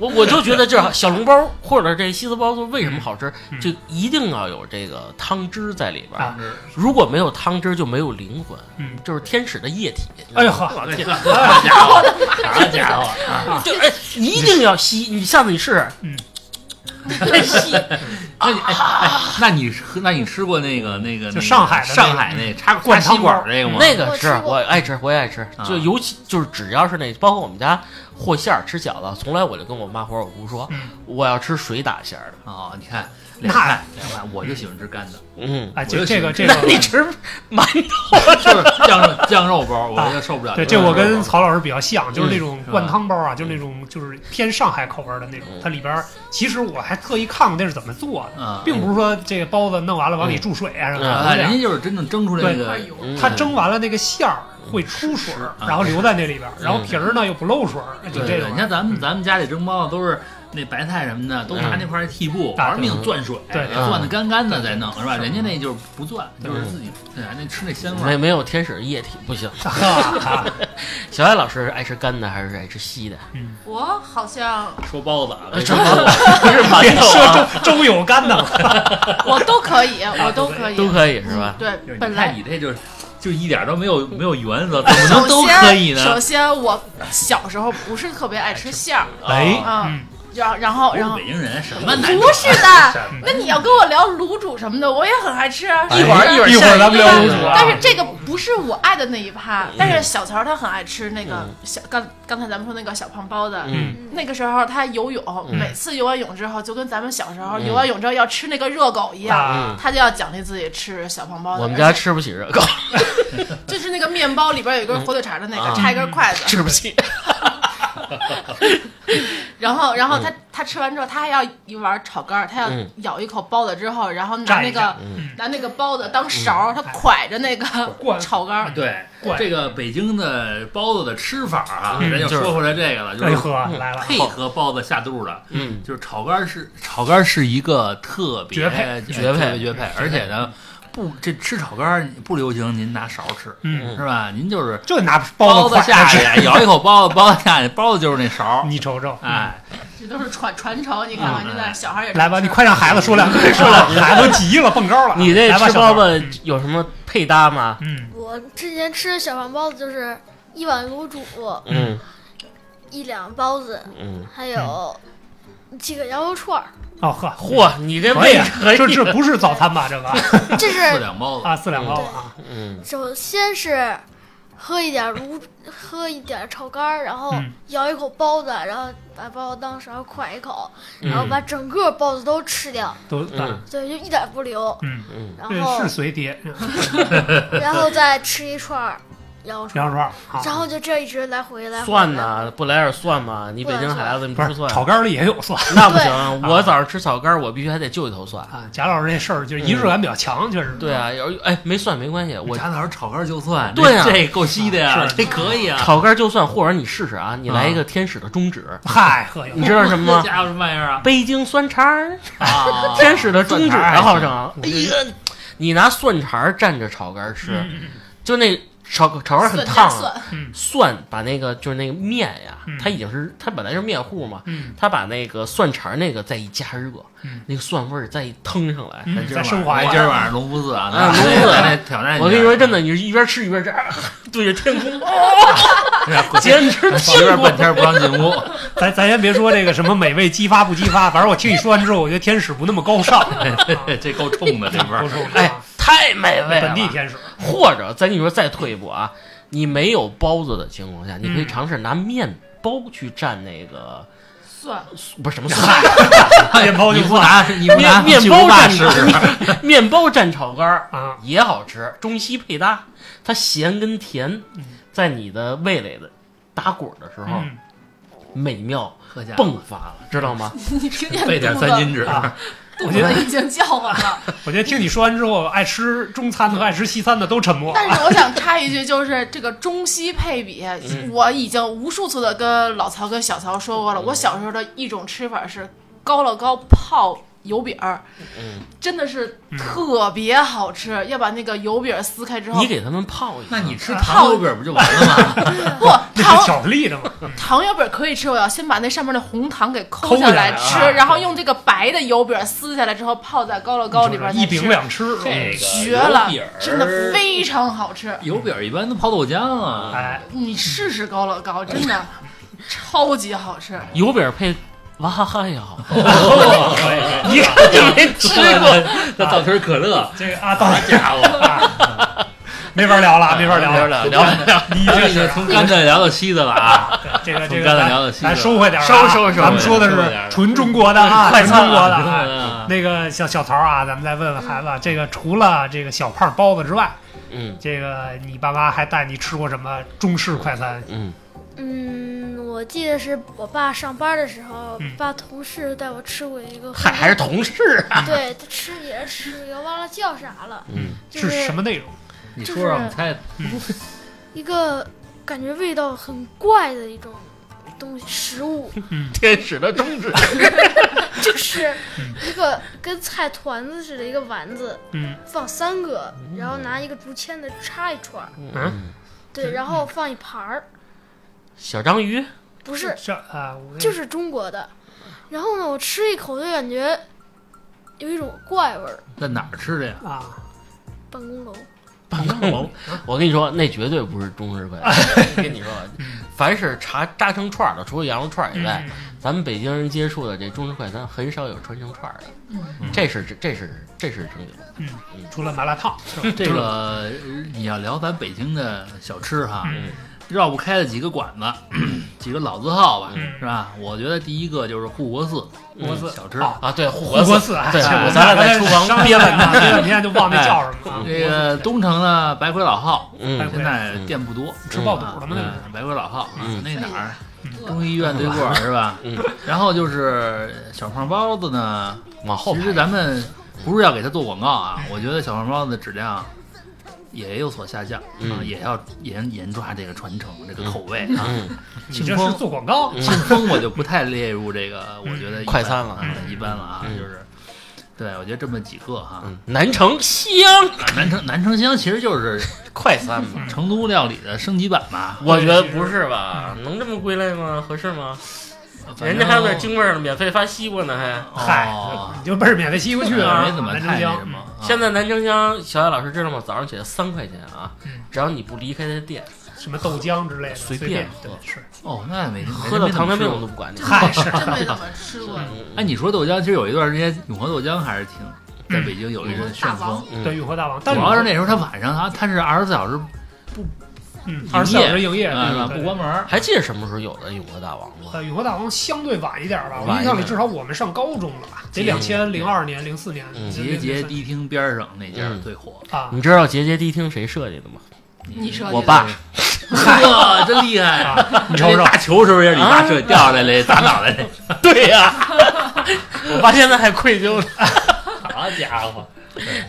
我我就觉得 <laughs> 这小笼包或者这西四包子为什么好吃，
嗯
就一定要有这个汤汁在里边儿。
啊
如果没有汤汁，就没有灵魂，
嗯
就是天使的液体。
哎呦
我
呵，
天，
好家伙，好家伙啊！
就哎，你一定要吸，你下次你试试。
<laughs>
嗯
吸，
那你哎哎，那你喝那你吃过那个那个
啊就上海的那个嗯
上海那插插
灌
吸
汤
管
包嗯
那个吗？
那个
我
是
吃过
我爱吃，我也爱吃。
啊
就尤其就是只要是那，包括我们家和馅儿吃饺子，从来我就跟我妈或者我姑说，我要吃水打馅儿的。
哦，你看两派两派，我就喜欢吃干的， <laughs>
嗯，
哎，
我就
这这个
喜
这
那
个，
你吃馒头？
就是酱肉酱肉包，我就受不了。
啊对，
就
这
是
我跟曹老师比较像，就是那种
是吧
灌汤包啊，就是那种就是偏上海口味的那种
嗯。
它里边儿其实我还特意看过那是怎么做的，
啊，
并不是说这个包子弄完了往里注水啊什么
嗯
啊，
的，
人家就是真正蒸出来那
哎
个
呦，
嗯
它蒸完了那个馅儿会出水儿，
嗯
然后留在那里边儿，然后皮儿呢又不漏水儿，就
对
这
对，
种
你看咱们咱们家里蒸包子都是那白菜什么的都拿
嗯
那块屉布
大
玩命攥水，
对嗯
攥的干干的再弄是吧？人家那就是不攥，
对
就是自己哎呀那吃那鲜味
没
儿。
没有天使液体不行。
<laughs> 哈，
小艾老师爱吃干的还是爱吃稀的？
我好像
说包子啊，
呃什么？不是馒头啊，
说周周有干的了，
<laughs> 我都可以，我都可以，
都可以是吧？
就是
对，
你
本
看
来
你这就是就一点都没有没有原则，怎么
首
能
先
都可以呢？
首先，我小时候不是特别爱吃馅儿，
哎
啊
嗯，
然然后
不
然
是
后
北京人，什么
不
难
是
<laughs>
的，
嗯
那你要跟我聊卤煮什么的，我也很爱吃啊。
一会儿
是
一会儿
哎一会儿咱们聊
卤
卤
煮
煮
啊
啊。
但是这个不是我爱的那一趴，但是小曹他很爱吃那个
嗯
小刚刚才咱们说那个小胖包子，
嗯
那个时候他游泳，
嗯
每次游完泳之后就跟咱们小时候
嗯
游完泳之后要吃那个热狗一样，
啊
嗯，
他就要奖励自己吃小胖包子。
我们家
而且
吃不起热狗，
就是那个面包里边有一根火腿肠的那
嗯啊
个，插一根筷子，
吃不起。
然后然后他他吃完之后他还要一碗炒肝儿，他要
嗯
咬一口包子之后，然后拿
蘸
那
一
个
下嗯
拿那个包子
嗯
当勺，他蒯着那个
灌
炒肝儿。
对
怪
这个北京的包子的吃法啊，
嗯
咱就
就是
说回来这个了，就
哎
是
呵来了，
配合包子下肚的，
嗯，
就是炒肝是炒肝是一个特别呃
绝配
绝配
绝配，而且呢，不这吃炒肝不流行您拿勺吃，
嗯，
是吧？您就是
就拿
包
包
子
子
下
去，
<laughs>
去咬一口包子，包子下去，包子就是那勺，
<laughs> 你瞅瞅，
哎，
这都是传传承，你看看
嗯
现在小孩也
来吧，你快让孩子说 <laughs> 两句，说两句，孩子急了，蹦高了。
你这
来吧
吃
小嗯
包
孩
子有什么配搭吗？
嗯，
我之前吃小黄包子就是一碗卤煮，
嗯
一两包子，
嗯，
还有
嗯
几个羊肉串
<laughs>
儿。
哦呵，
嚯，你这
可以
胃
啊，
可以，
这这不是早餐吧？ <laughs> 这个
这
四
是
两包子，
啊，四两包子啊，
嗯
首先是喝一点卤，喝一点炒肝儿，然后
嗯
咬一口包子，然后把包子当勺㧟一口，然后
嗯
把整个包子都吃掉，
都
嗯
对，就一点不留。
嗯，
嗯，
然后
这是随碟
然后再吃一串儿羊肉串
羊
儿，
肉串儿啊，
然后就这一直来回来回。
蒜？呐，不来点蒜吗？你北京孩子，你
不
吃
是
蒜啊
炒啊肝里也有蒜
那不行，我早上吃炒肝，我必须还得就一头蒜。
啊。贾老师这事儿就是仪式感比较强，确实。
对，啊，有哎没蒜没关系，我
家老师炒肝就算，
对啊
这这够稀的呀，
啊是
这可以啊。
炒肝就蒜，或者你试试啊，你来一个天使的中指，
嗨呵，有
你知道什么
这
吗？
<laughs> 家伙什么玩意儿啊？
北京酸肠儿，
啊
<laughs> 天使的中指
蒜肠儿还
啊，
行
好像。哎呀，你拿蒜肠儿蘸着炒肝
嗯
吃，就那炒炒肝很
嗯蒜
烫
加
啊，
蒜，
蒜把那个就是那个面呀
嗯，
它已经是它本来是面糊嘛，
嗯
它把那个蒜肠儿那个再一加热
嗯，
那个蒜味儿再一腾上来。
嗯，再升华
来
一
今
下
儿晚上龙福寺啊，
啊
咱
龙福寺
咱得挑战一下。
我跟你说，真的，你是一边吃一边这样对着天 <laughs> 空，哎简直
媳妇
天
儿
国
半天不让进屋，
咱咱先别说这个什么美味激发不激发，反正我听你说完之后，我觉得天使不那么高尚，啊
<laughs> 这够冲的这味
哎不
儿。
是
哎，太美味了。
本地天使，
或者咱跟你说再退一步啊，你没有包子的情况下，你可以尝试拿面包去蘸那个、
蒜
不是 <laughs> 什么蒜，
<laughs> 面包
你
就
不
算
拿，你不拿
面面
巨
包
无霸
蘸
试试？
面面包蘸炒肝儿
啊
也好吃，中西配搭，它咸跟甜在你的味蕾的打滚的时候、
嗯
美妙
喝下
<laughs> 迸发了，知道吗？
你听见
备点
肚
三
子
斤纸，
啊，
肚
我觉得
子已经叫唤
<laughs>
了。
我觉得听你说完之后，爱吃中餐的和爱吃西餐的都沉默。
但是我想插一句，就是这个中西配比，
嗯
我已经无数次的跟老曹跟小曹说过了。我小时候的一种吃法是高乐高泡油饼儿，
嗯
真的是特别好吃。要把那个油饼儿撕开之后
你，给他们泡一下，
那你吃糖油饼不就完了吗？
不
<laughs> 那是
糖
巧克力的
<laughs>
嘛？
糖油饼儿可以吃，我要先把那上面的红糖给抠
抠
下
下
来
来
吃，
啊
然后用这个白的油饼儿撕下来之后泡在高乐高里边儿再
一
吃
饼。两吃，嗯
这个
绝了
油饼儿，
真的非常好吃。
油饼儿一般都泡豆浆啊，
哎，
你试试高乐高，真的超级好吃。
油饼配娃哈哈也好，
你
你没吃过。
那倒瓶可
<laughs>
乐，
这个啊，到
好家 <laughs> 伙，
没法聊了啊，没法聊
聊
了。
聊聊聊，
你这
已经
是
从甘蔗聊到西子了啊！
这个这
从
个，
刚才
咱
聊到西
咱
子
收回点儿
收
啊，
收收
咱们说的
收回点儿
是纯中国的啊，
快
纯
餐
中国
了
的啊。
<laughs> 嗯
那个小小曹啊，咱们再问问孩子啊，这个除了这个小胖包子之外，
嗯
这个你爸妈还带你吃过什么中式快餐？
嗯
嗯，我记得是我爸上班的时候，
嗯
爸同事带我吃过一个，
嗨，还是同事啊，
对他吃也是吃一个，忘了叫啥了，
嗯
就是
什么内容？
你说
啊
让我们猜，
一个感觉味道很怪的一种东西食物，
天使的中指，
<laughs> 就是一个跟菜团子似的一个丸子，
嗯
放三个，然后拿一个竹签子插一串儿，
嗯，
对，然后放一盘儿，
小章鱼，
不是，
是啊，我
就是中国的。然后呢，我吃一口就感觉有一种怪味儿，
在哪儿吃的呀？
啊，
办公楼。
办公楼，我跟你说，那绝对不是中式
<laughs>
快餐。跟你说，
嗯
凡是炸炸成串儿的，除了羊肉串儿以外，
嗯
咱们北京人接触的这中式快餐很少有穿成串儿的，这是这是这是正经。
除了麻辣烫是吧？
这个呃你要聊咱北京的小吃哈，
嗯
绕不开的几个馆子， <clears throat> 几个老字号吧，
嗯
是吧？我觉得第一个就是护国寺，
嗯
国寺
小吃。
好
啊，对，护
护国
国
寺啊，
对，
这
我咱俩在厨房憋
半
闷
天，
呢。
憋半天就忘那叫什么
<laughs>
了。
这个东城呢，白魁老号，
白
嗯
魁
现在店不多，
吃爆肚了吗？那
嗯
是
白魁老号，
嗯
那哪儿？
饿
中医院对过儿是吧？
嗯
然后就是小胖包子呢，
往后
其实
排，
咱们不是要给它做广告啊，我觉得小胖包子的质量也有所下降，
嗯
啊，也要严严抓这个传承这个口味啊。
嗯
你这是做广告？
庆丰我就不太列入这个，我觉得
嗯
一般
快餐了
啊一般了啊，
嗯
就是。对，我觉得这么几个哈，
嗯，南城香
南城南城香其实就是
快餐嘛。
成都料理的升级版吧。
我觉得不是吧？能这么归类吗？合适吗？
嗯反
人
正
家还有点京味儿呢，免费发西瓜呢，还。
嗨
哦，
你就奔着免费西瓜去
啊
了，
没怎么
南嗯城
太那什
江。
么。啊
嗯现在南城香，小雅老师知道吗？早上起来三块钱啊
嗯，
只要你不离开他的店，
什么豆浆之类的，
随
随
便喝
对是。
哦，那没
喝到糖尿病我都
都。
不管你。
嗨，是
真没怎么
<laughs>
吃过。
哎，你说豆浆，其实有一段时间永和豆浆还是挺在北京有一阵旋风。
嗯
对，玉和大王。但
主
是
要是那时候他晚上他啊他是二十四小时
嗯，二十四小时营业，
啊
对吧？
不关门儿。
还记得什么时候有的永和大王吗？
呃，永和大王相对晚一点吧，我
晚一
印象里
点
至少我们上高中了吧，得
嗯
两千零二年、零四年
嗯，
零
节节
零零
迪厅边儿上那家儿
嗯
最火，
三啊
你知道节节迪厅谁设计的吗？
你设计的
我爸，
<laughs> 呵，真厉害！
啊，你瞅
那
瞅，
打球时候也是你爸射掉下来了，砸脑袋了。
<laughs> 对呀、我爸现在还愧疚呢。 <laughs> 好家伙，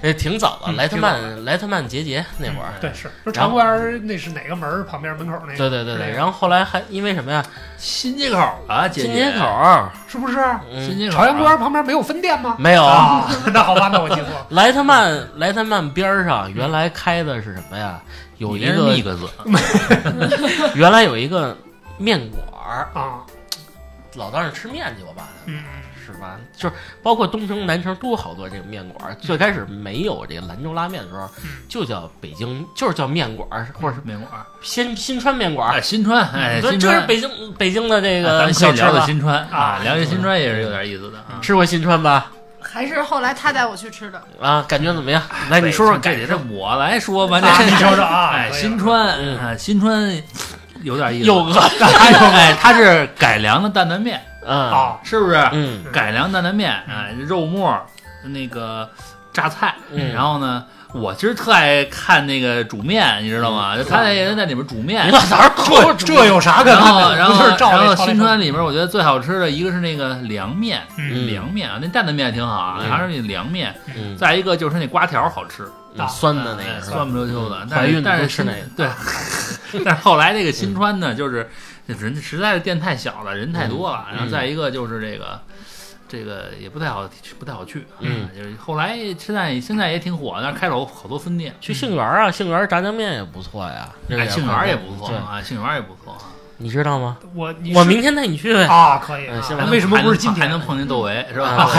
那挺早的，嗯莱特曼莱特曼结节那会儿。
对，是说长官那是哪个门儿旁边门口那个？
对对对
是那
对，
个
然后后来还因为什么呀？
新街口啊，姐
新
姐
街口，
是不是
新
嗯，
街口
朝阳公园旁边没有分店吗？
没有
啊， <laughs> 那好吧，那我记错了。
莱特曼莱特曼边儿上原来开的是什么呀？有一个
密格子，
原来有一个面馆儿，
啊，
老当着吃面去，我爸
嗯，
是吧？就是包括东城、南城都有好多这个面馆儿。最开始没有这个兰州拉面的时候，就叫北京，就是叫面馆儿，或者是
面馆儿。
新新川面馆
哎，
儿。
新川，哎，
所以
新
这是
川，
北京北京的这
啊咱
个
们可以
小吃
聊聊
吧？嗯
新川啊，
啊
聊一新川也是有点意思的啊。
吃过新川吧？
还是后来他带我去吃的。
啊，感觉怎么样？来，你说说
哎这
感
得
受
是。我来说吧，
啊
这
你瞅瞅啊，
哎，
可以了
新川
嗯
<laughs> 啊，新川有点意思。
又饿，
<laughs> 哎，它是改良的担担面，
嗯
啊，
是不是？
嗯
改良担担面
嗯
啊，肉末儿那个榨菜，
嗯
然后呢，我其实特爱看那个煮面，你知道吗？就他在在里面煮
<laughs>
面
你。老早
嗯
上给我
这这有啥嗯可
然
看
后，
的？
然
不
后，
就是照
然后
那朝
新
天
川里面，我觉得最好吃的一个是那个凉面，
嗯
凉面啊，那担担面挺好啊，
嗯
然后那凉面，
嗯
再一个就是那瓜条好吃，
嗯酸的那
哎
个是吧
酸？不溜秋的
嗯。
但
怀
是
孕的
但是
都吃
新
那个
对，但是后来这个新川呢，就是人实在是店太小了，人太多了，
嗯
然后再一个就是这个。这个也不太好，不太好去。
嗯
啊，就是后来现在现在也挺火，但是开了好好多分店。
去杏园儿啊，杏园儿炸酱面也不错呀，这
哎，
个
杏园儿也不错
对
啊，杏园儿也不错啊。
你知道吗？
我你
我
是
明天带你去呗，
啊，可以啊
嗯行吧
还能
为什么不是今
还
天
能碰见窦唯是吧？
啊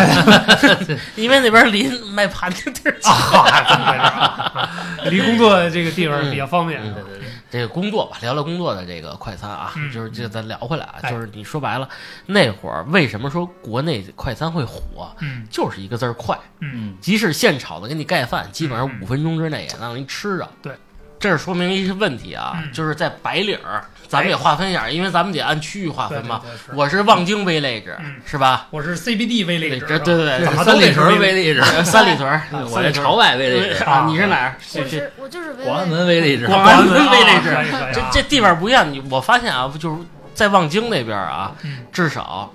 因为那边离卖盘的地儿近。
啊？这么回事啊 <laughs> 啊离工作这个地方比较方便。
嗯
对对对，
这个工作吧，聊聊工作的这个快餐啊，
嗯
就是这咱聊回来啊，
哎
就是你说白了，那会儿为什么说国内快餐会火，
嗯
就是一个字儿快，
嗯，
即使现炒的给你盖饭，基本上五分钟之内也能让人吃着。
嗯对。
这是说明一个问题啊，
嗯
就是在白领儿，咱们也划分一下，因为咱们得按区域划分嘛
对对对。是
我是望京 village，
嗯
是吧？
我是 CBD 微
对
粒
对对对，
咱们
三
都
里
得
屯儿
是
为例子，
呃三里屯儿，
嗯我
三
这
里屯儿
朝外为例子，
啊，你是哪儿？
我
去去
是我就是微微
广安门为例子，
广
广
安
安
门
门啊
village，
可以可以啊
这这地方不一样。你我发现啊，就是在望京那边啊，
嗯
至少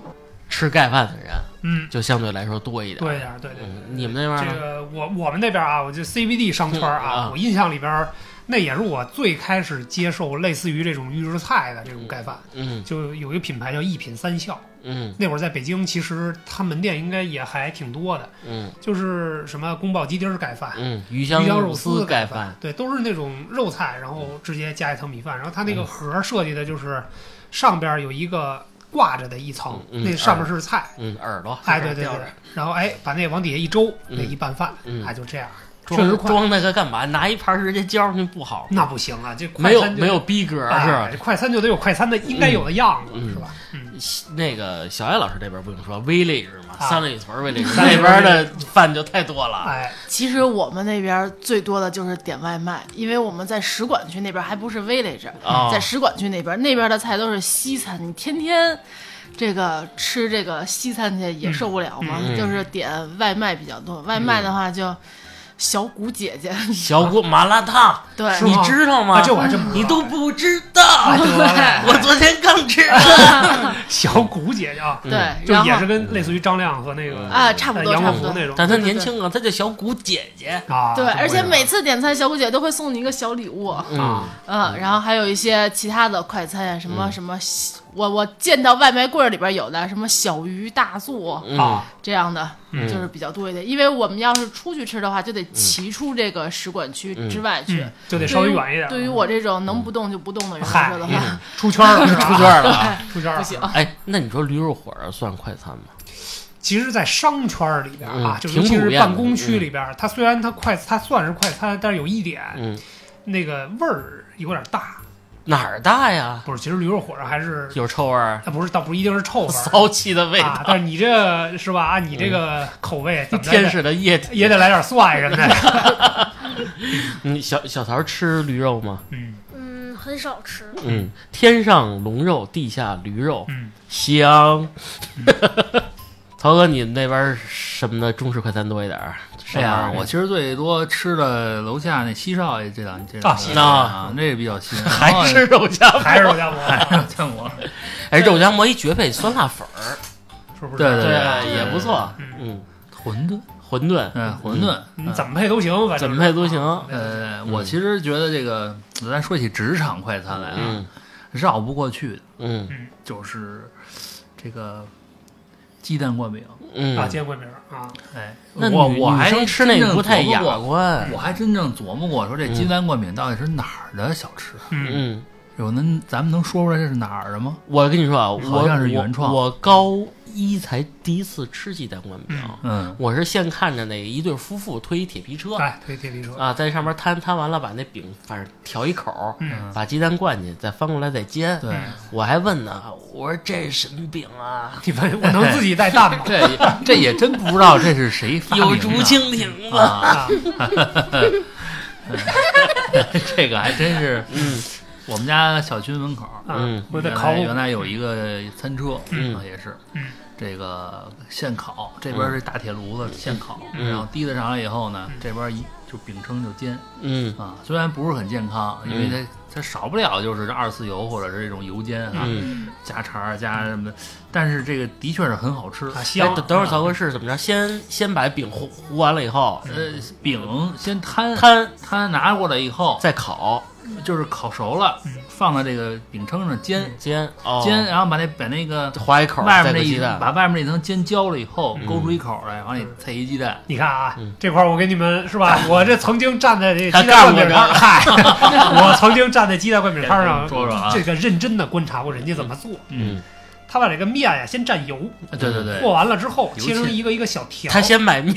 吃盖饭的人
嗯，
就相对来说多一点。
多一，点，对对。
嗯，你们那边
这
呢？
个我我们那边啊，我就 CBD 商圈
嗯啊
啊，我印象里边那也是我最开始接受类似于这种预制菜的这种盖饭，
嗯
就有一个品牌叫一品三笑。
嗯
那会儿在北京，其实它门店应该也还挺多的，
嗯
就是什么宫保鸡丁儿盖饭、
嗯，鱼
鱼香
肉
丝
盖
饭，，对，都是那种肉菜，然后直接加一层米饭。然后它那个盒儿设计的就是上边儿有一个挂着的一层，
嗯嗯
那上面是菜，
嗯，耳朵，
哎，对对
吊
对
着，
然后哎，把那往底下一周，
嗯
那一拌饭，
嗯
哎，就这样，确实
装
快。
装那个干嘛？拿一盘直接浇上去不好
那
吗？
不行啊，这快
没有
餐就
没有逼格
哎
是吧？
这快餐就得有快餐的应该有的样子，
嗯
是吧？嗯，
那个小艾老师这边不用说，village 嘛，
啊
三里屯 village
三里
那边
屯
的饭就太多了。
哎，
其实我们那边最多的就是点外卖，因为我们在使馆区那边还不是 village，、
哦
在使馆区那边，那边的菜都是西餐，你天天这个吃这个西餐去也受不了嘛，
嗯嗯
就是点外卖比较多。外卖的话就小谷姐姐，
小锅麻辣烫，
<laughs> 对，
是
你
吗
知道嗯吗？
啊这我还真不知道
你都不知道
哎，得
<laughs>
嘞
我昨天刚吃的。
小谷姐姐啊，
对，
嗯
就
然
也是
后
跟类似于张亮和那个呃
啊，差不多
杨
差
广
不
福
多。
那种，
<laughs> 但她年轻啊，她叫小谷姐姐。
啊，
对，
这么
而且
回事
每次点菜，小谷姐都会送你一个小礼物。
嗯，
啊
嗯，然后还有一些其他的快餐呀，什
嗯
么什么，我我见到外卖柜儿里边有的什么小鱼大作
嗯，
啊，
这样的，
嗯
就是比较多一点。因为我们要是出去吃的话，就得骑出这个使馆区之外去。
嗯，就得稍微远一点。
对于对于我这种能不动就不动的人来
嗨嗯
说的话，
出圈了，是吧
出圈了啊。
出圈了
不行。。
<laughs> 哎，那你说驴肉火烧算快餐吗？
其实，在商圈里边啊
嗯，
就
挺
尤其
普
是
遍的嗯
办公区里边，它虽然它快，它算是快餐，但是有一点，
嗯，
那个味儿有点大。
哪儿大呀？
不是，其实驴肉火烧还是，
有臭味
<laughs>
儿，
它不是，倒不一定是臭味儿
骚气的味
啊
道，，嗯
但是你这是吧？按你这个口味，怎么着也
<laughs> 天使的液体。
<laughs> 也得来点蒜什么
<laughs>
的。
嗯，小小桃吃驴肉吗？
嗯
嗯，很少吃。
嗯，天上龙肉，地下驴肉，
嗯，
香。 <laughs> 曹哥，你们那边什么的中式快餐多一点儿？啊
哎呀
上，班
我其实最多吃的楼下那西少爷这档这
啊
档
西
少爷
啊，那比较新，
<laughs> 还是
<laughs>
肉夹馍， <laughs>
还是肉夹馍，
见过，
哎，肉夹馍一绝配，酸辣粉儿，
是不是？
对对
对，也不错。嗯，
馄饨，
<laughs> 馄饨，
嗯，馄饨，
你怎么配都行，反正
怎么配都行
啊对
呃，
嗯
我其实觉得这个，咱说起职场快餐来啊，
嗯
绕不过去的
嗯
就是这个鸡蛋灌饼。
嗯
啊，煎过饼啊，
哎，
那
我
女
我还
女生吃那
真正
不太嗯
琢
雅
磨过，
观。
我还真正琢磨过，说这鸡蛋灌饼到底是哪儿的小吃？
嗯
嗯，
有能咱们能说出来这是哪儿的吗？
我跟你说啊，
好
我
像是原创
我我高一才第一次吃鸡蛋灌饼，
嗯，
我是先看着那一对夫妇推一铁皮车。
哎，推铁皮车，
啊，在上面摊摊完了，把那饼反正调一口儿，
嗯
把鸡蛋灌进去，再翻过来再煎。
对，
我还问呢，我说这是什么饼啊？
你们我能自己带
<laughs>
蛋吗？
这也这也真不知道这是谁发明
有
的
竹蜻蜓吗？
啊，
啊，
<laughs> 这个还真是，嗯，我们家小区门口儿，
嗯
啊我得
原
烤
来
我
原来有一个餐车，
嗯
啊也是，
嗯，
这个现烤，这边是大铁炉子现烤，
嗯
然后提了上来以后呢，这边一就饼铛就煎
嗯
啊，虽然不是很健康，因为它它少不了就是这二次油或者是这种油煎啊，
嗯，
加肠儿啊加什么的，但是这个的确是很好吃。
啊
哎
香
等等会儿曹哥是怎么着？先先把饼糊糊完了以后，
呃，饼先摊
摊
摊拿过来以后，
再烤
就是烤熟了，
嗯
放到这个饼铛上煎
煎哦
煎，然后把那把那个
划一口儿，
外
再
面
搁
那
鸡
一
蛋。
把外面那层煎焦了以后，勾出一口来，往里塞一鸡蛋。
你看啊，这块儿我给你们
<laughs>
是吧？我这曾经站在这鸡
嗯他
蛋
干
灌
过
饼
这
摊儿，
个
嗨， <laughs> 我曾经站在鸡蛋灌饼摊儿上，
说说啊
这个认真的观察过人家怎么做。
嗯，
他把这个面呀先蘸油，
嗯对对
和
对，
完了之后
油
切成
浸
一个一个小条，
他先买面，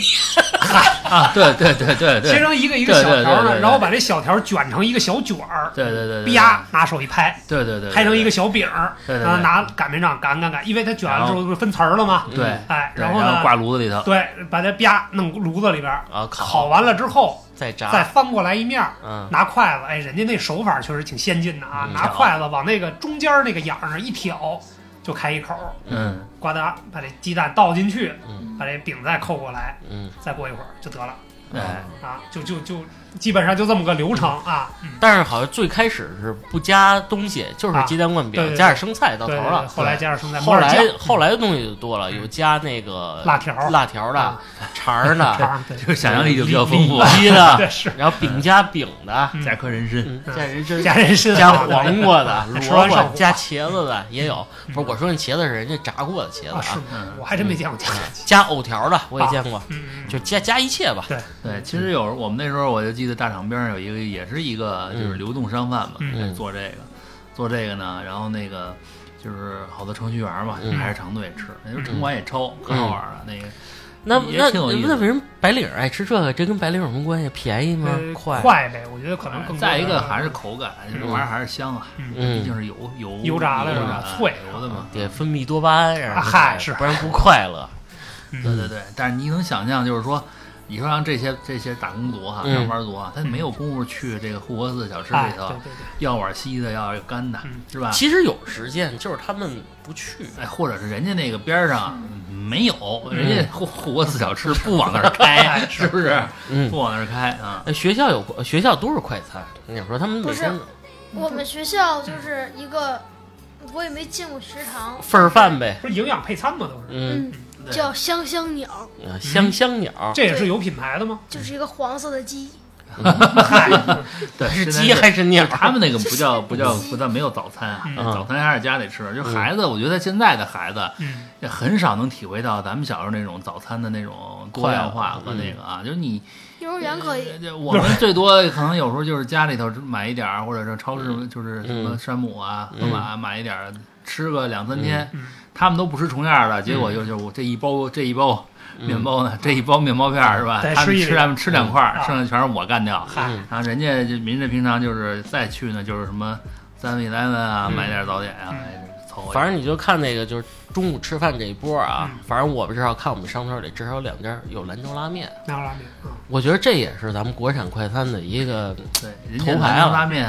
啊，对对对对对
切，成一个一个小条
对对对
儿
对对
呢，然后把这小条儿卷成一个小卷儿，
对对对，对
啪，拿手一拍，
对对对，
拍成一个小饼儿，
对对对
然后拿擀面杖擀擀擀，因为它卷完之后不是分层儿了吗？
对，
哎，
对然
后
挂
呢，
炉子里头，
对，把它啪弄炉子里边儿
啊烤
烤完了之后，
再炸，
再翻过来一面儿，
嗯
拿筷子，哎，人家那手法确实挺先进的啊，
嗯
拿筷子往那个中间儿那个眼儿上一挑，就开一口，
嗯，
呱嗒把这鸡蛋倒进去
嗯，
把这饼再扣过来，
嗯
再过一会儿就得了。
哎，
啊，就就就基本上就这么个流程啊。嗯，
但是好像最开始是不加东西，就是
啊
鸡蛋灌饼，
对对对
加点生菜到
对
头
对嗯对，
了。
后来加上生菜，
后
猫耳
来
酱
后来的东西就多了，有加那个
辣条
辣条的
啊、
肠儿
<laughs>
的、
肠，对
这个想象力就比较丰富啊。
鸡的，
对是
然后饼加饼的，
嗯
加颗人参，
嗯加人参、
加人参
<laughs>
啊
加黄瓜 <laughs> 的、
吃
萝
完上
卜
火
加茄子的也有。不是我说那茄子是人家炸过的茄子
啊，是
啊，
吗？我还真没见过加人参。
加藕条的我也见过，
嗯，嗯
就加加一切吧。
对，其实有我们那时候我就记得大厂边上有一个，也是一个就是流动商贩嘛，
嗯
在做这个，做这个呢，然后那个就是好多程序员嘛，
嗯
排着长队吃，那时
嗯
候城管也抽，可好玩啊了。那个
那
也
那
挺有意思
那为什么白领爱吃这个？这跟白领有什么关系？便
嗯
宜吗？
呃
快。
快呗，我觉得可能更多
再一个
的嗯
还是口感，这玩意儿还是香啊，毕
嗯，
竟是油油
油炸的
油
是吧脆
油的嘛。
得分泌多巴胺啊，嗯
啊嗨是
不然不快 <laughs> 乐。
嗯
对对对，但是你能想象，就是说，你说让这些这些打工族哈、
嗯
上班族啊，他没有功夫去这个护国寺小吃
哎
里头
对嗯对对，
要碗稀的，要干的，是吧？
其实有时间，就是他们不去。
哎，或者是人家那个边儿上没有，人家护护国寺小吃不往那
<laughs>
儿开，是不是？
嗯
不，往那儿开啊。
呃学校有学校都是快餐。你想说他们每天
我们学校就是一个，我也没进过食堂，
份儿饭呗？
不是营养配餐嘛，都是。
嗯，
嗯，
叫香香鸟，
呃香香鸟
这也是有品牌的
<laughs>
吗？
就是一个黄色的鸡，
嗨，
对，
是
现在
鸡还是嗯鸟？
他们那个不叫不叫不叫没有早餐啊，
嗯
早餐还是家里吃。
嗯
就孩子，我觉得现在的孩子
嗯
也很少能体会到咱们小时候那种早餐的那种多样化和那个啊，就是你
幼儿园可以，
呃我们最多可能有时候就是家里头买一点儿，或者是超市
嗯
就是什么山姆啊、盒马啊买一点儿吃个两三天
嗯嗯，嗯
他们都不吃重样儿的，结果就就我这一包这一包面包呢，这一包面包片儿是吧
再？
他们
吃一
吃
点
他们吃两块儿，
嗯
剩下全是我干掉。
嗨，
嗯
然后人家就人家平常就是再去呢，就是什么 Seven Eleven 啊，
嗯
买点儿早点啊，
嗯
哎凑合。
反正你就看那个，就是中午吃饭这一波啊。反正我们至少看我们商圈里至少有两家有兰州拉面，
拿拉面啊，
我觉得这也是咱们国产快餐的一个
对，人家
头牌啊
兰州
了
拉面，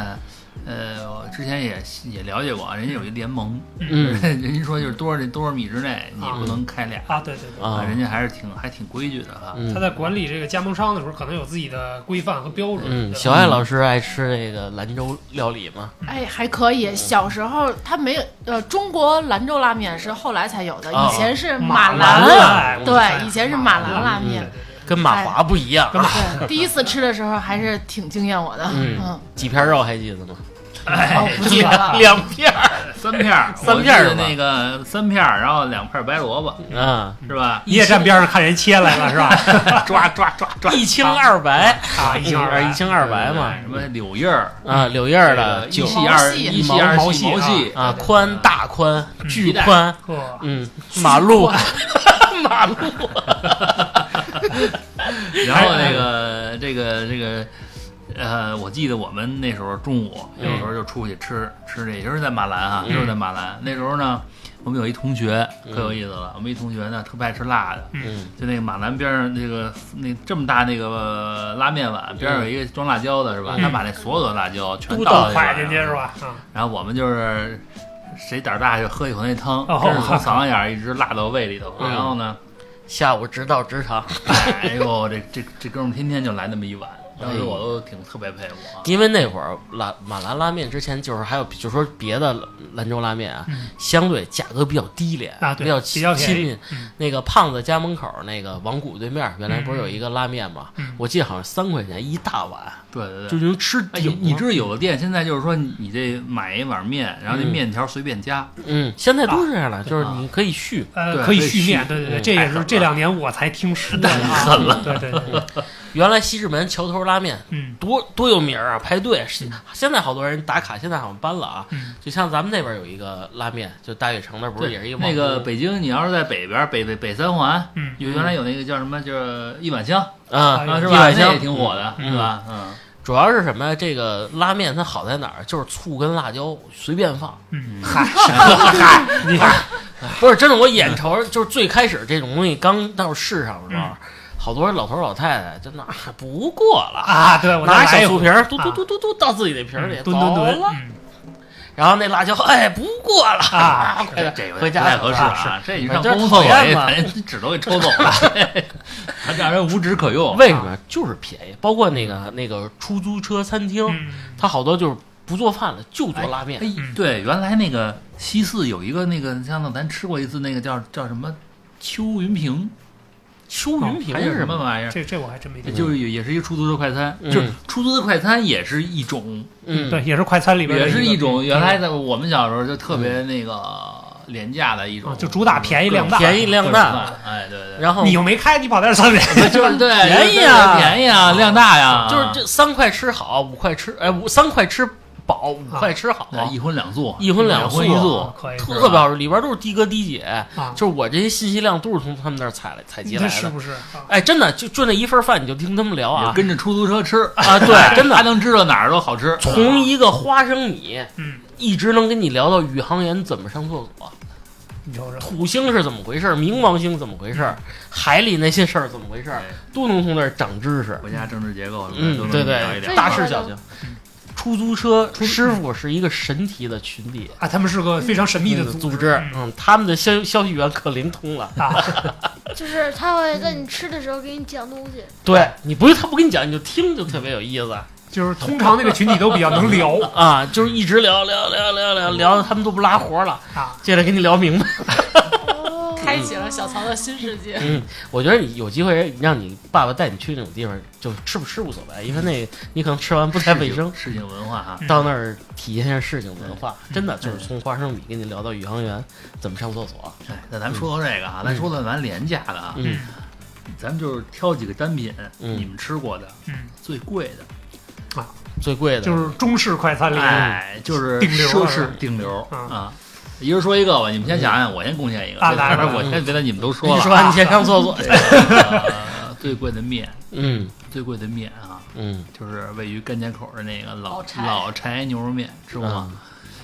呃，我之前也也了解过啊，人家有一联盟，
嗯
<laughs> 人家说就是多少多少米之内你不能开俩。
啊，对对对。
啊
人家还是挺还挺规矩的哈。
嗯
他在管理这个加盟商的时候，可能有自己的规范和标准。
嗯，
对吧
小艾老师爱吃那个兰州料理吗？
哎，还可
嗯
以。小时候它没有，呃，中国兰州拉面是后来才有的，
啊
以前是
哦马
兰。啊
哎我们
对，以前是马兰
嗯
拉面。
跟马华不一
哎
样，
对，第一次吃的时候还是挺惊艳我的。
嗯
嗯，
几片肉还记得吗？。
哎
哦，不记得了
两片儿
呃 <laughs> 三片儿，
三片儿
我记
是吧
得那个三片儿，然后两片儿白萝卜，
啊，
是吧？
你也站边上看人切来了
<laughs>
是吧？
<laughs> 抓抓抓抓
一清二白
啊，一清二白
哦
一清二白嘛
什，么柳叶儿
啊，柳叶儿的
这
酒
个一细二
毛细
一细
毛
二细
毛细
细，
啊，宽大宽巨宽，
呵，
嗯，马路马路，
然后那个这个这个，呃，我记得我们那时候中午有时候就出去吃吃这，也就是在马兰啊，
嗯
就是在马兰。那时候呢，我们有一同学可有意思了，我们一同学呢特别爱吃辣的，
嗯
就那个马兰边上那个那这么大那个拉面碗边上有一个装辣椒的是吧？他把那所有的辣椒全
嗯都
倒
倒
进
快
去
进去是？吧？啊，
然后我们就是谁胆儿大就喝一口那汤，
哦
真是从嗓子眼儿一直辣到胃里头。
嗯
然后呢，
下午直到职场，
哎呦，这这这哥们儿天天就来那么一碗，当时我
哎
都挺特别佩服啊。
因为那会儿拉马兰拉面之前就是还有就说别的兰州拉面啊，
嗯
相对价格比较低廉
啊对
比较
比较
亲
便宜
民。
嗯
那个胖子家门口那个王谷对面原来不是有一个拉面吗？我记得好像三块钱一大碗，
对嗯对
就
对。
能吃
哎，有
顶。
你知道有的店现在就是说，你你这买一碗面，然后这
嗯
面条随便加，
嗯，现在都是这样了，
啊
就是你可以续。
呃，
对
可以
可以
续
续
面，对对对，
嗯
这
太
也
狠
是
了
这两年我才听说的啊，
狠了
对对对，对
原来西直门桥头拉面
嗯，
多多有名儿啊，排队。是
嗯
现在好多人打卡，现在好像搬了啊
嗯。
就像咱们那边有一个拉面，就大悦城那儿不是
对
也是一网
那个
红
北京，你要是在北边儿，北北北三环，
嗯
有原来有那个叫什么，就是一碗香，
啊
哎
啊，是
一
吧？
碗
那
香
也挺火的，
嗯
是吧？嗯，
主要是什么呀？这个拉面它好在哪儿？就是醋跟辣椒随便放，
嗯， <laughs>
你不是真的。我眼瞅着就是最开始这种东西刚到市上的时候，好多老头老太太就那啊不过了，
啊，对，我再
拿
来一
小醋
壶
瓶儿嘟嘟
啊
嘟嘟嘟到自己的瓶儿里，
嗯蹲蹲
走
蹲
了。
嗯
然后那辣椒哎不过了， <laughs>
啊
快点
这有点
回
不太
家
合适
吧
啊，这一
是嗯
上 <laughs>
这
公共厕所
讨厌
也
嘛 <laughs>
咱纸都给抽走了，它让人无纸可用。
为什么？就是便宜，包括那个那个出租车餐厅，
嗯，
它好多就是不做饭了，就做拉面。
哎，对，原来那个西四有一个那个，像咱吃过一次那个叫叫什么邱云平，
邱云平
还
哦是
是什么玩意儿？
这这我还真没听过。
就是也也是一个出租车快餐，
嗯
就是出租车快餐也是一种，
嗯，
对，也是快餐里边的
也是
一
一
个嗯
种。原来在我们小时候就特
嗯
别那个廉价的一种，
哦
啊就主打便宜量大
便宜量大。
各种饭。哎，对对，
然后
嗯你又没开，你跑那儿上面，
就是对
便宜
就是
啊
便宜啊，量大呀，
就是这三块吃好，五块吃哎，五三块吃饱，五块吃好，
哎一荤两素，
一荤两素
荤一素，
可以
特别好吃，里边都是的哥的姐，
啊，
就是我这些信息量都是从他们那儿采来采集
这
来
是
的。
不是？啊
哎，真的，就就那一份饭，你就听他们聊
也
啊
跟着出租车吃，
啊，
<laughs>
对，真
他
的，
能知道哪儿都好吃。
从一个花生米
嗯，
一直能跟你聊到宇航员怎么上厕所，
你瞅瞅，
土星是怎么回事，冥王星怎么回事，海里那些事儿怎么回事，
嗯
都能从那儿长知识。
国家政治结构什么的都
嗯，
能
对
聊一
对，
聊
大事小情。出租车师傅是一个神奇的群体，
啊，他们是个非常神秘的
嗯
组
组织，嗯，他们的消消息源可灵通了。
啊，
就是他会在你吃的时候给你讲东西，
对你不是他不跟你讲，你就听就特别有意思
就是通常那个群体都比较能 <laughs> 聊
啊，就是一直聊聊聊聊聊聊，到他们都不拉活了，
啊，
接下来跟你聊明白。
哦
开启了小曹的新世界。
嗯，我觉得你有机会让你爸爸带你去那种地方，就吃不吃无所谓，因为那你可能吃完不太卫生。
事情文化啊，
到那儿体验一下市井文化，真的就是从花生米跟你聊到宇航员怎么上厕所。
哎，那咱们说到这个啊，咱说到咱廉价的啊，
嗯
咱们就是挑几个单品，
嗯
你们吃过的
嗯，
最贵的，
最贵的
就是中式快餐里
哎，就
嗯
是
顶流
奢
啊是
侈
吧
顶流
嗯
啊。一人说一个吧，你们先想想，我先贡献一个，
啊
这
来
边
来
<laughs> 我先觉得你们都说
你
了，
说你先上厕
<laughs>
所。
这个呃最贵的面，
嗯
最贵的面啊，
嗯，
就是位于甘家口的那个老
老柴
老柴牛肉面，吃过吗？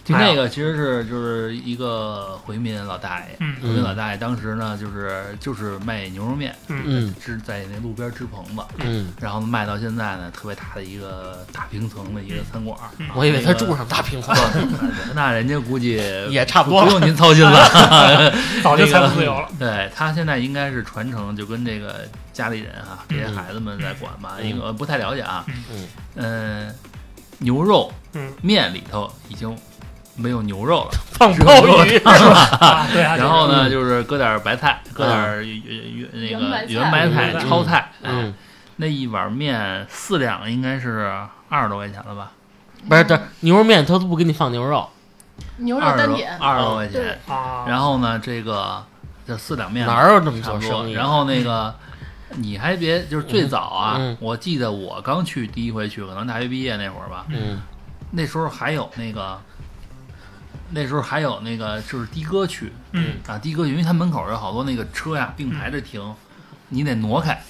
就
没有
那个其实是就是一个回民老大爷，
嗯
回民老大爷当时呢就是就是卖牛肉面，
嗯
支在那路边支棚子，
嗯，
然后卖到现在呢特别大的一个大平层的一个餐馆儿。啊
嗯我以为他住。
那个
上大平房，
<laughs> 那人家估计
<laughs> 也差不
不
多
不
了。
用您操
<laughs>
心了，
早就财
那
富
个
自由了，
对他现在应该是传承，就跟这个家里人啊，这些孩子们在管吧，
嗯
因为我不太了解啊。
嗯
嗯、牛肉
嗯
面里头已经没有牛肉了，
放鲍鱼，
啊，对啊，
然后
嗯
呢，就是搁点白菜，搁点儿原原那个
圆
圆
白
白
啊菜
菜、
嗯
焯菜。啊
嗯，
那一碗面四两应该是二十多块钱了吧？
不是，这牛肉面他都不给你放牛肉，
牛肉
二十
单
多
点，哦
二十多块钱
对。
啊，
然后呢，这个这四两面
哪儿有这么
差
做
不多
生。意？啊
然后那个，你还别，就是最早啊，
嗯嗯
我记得我刚去第一回去，可能大学毕业那会儿吧，
嗯
那时候还有那个，那时候还有那个就是的哥区，
嗯
啊，的哥区，因为它门口有好多那个车呀并排着停，你得挪开。啊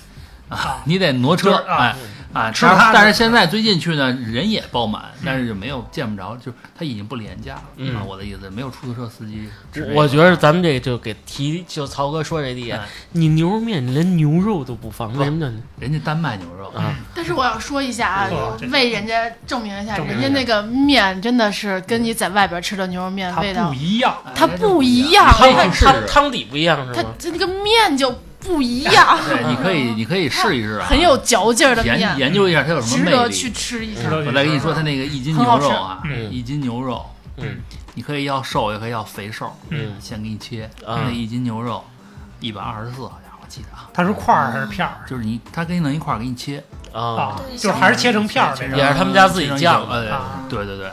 啊，
你得挪车，
就是啊
哎啊！
吃
但
它
是但是现在最近去呢，人也爆满，但是就没有见不着，就是它已经不廉价了。
嗯
啊，我的意思没有出租车司机吃这个。
我觉得咱们这就给提，就曹哥说这点
哎，
你牛肉面你连牛肉都不放，
不
为什么叫
人家单卖牛肉，哎
啊？
但是我想说一下啊
哦这，
为人家证明一下，
证明
人
一下
家那个面真的是跟你在外边吃的牛肉面
它
味道
不，一样，
它不一样，它
哎
汤
你试
汤
试。
汤底不一样是
它
吗？
它那个面就不一样，
对，你可以，你可以试一试啊，
很有嚼劲儿的
研
面，
研究一下它有什
值
么
得
魅
去
力。
吃一
值
下。
得
我再跟你说，它那个一斤牛肉啊
很好
嗯吃，嗯
一斤牛肉，
嗯，
你可以要瘦，也可以要肥瘦，
嗯
先给你切。
啊
那一斤牛肉一百二十四，好像我记得啊，
它是块儿还是片儿
就是你，他给你弄一块儿给你切，
啊
啊，就是还是切成片儿呗，
切
是
成
吧
也是他们家自己酱
切成一小
啊
呃，对对对。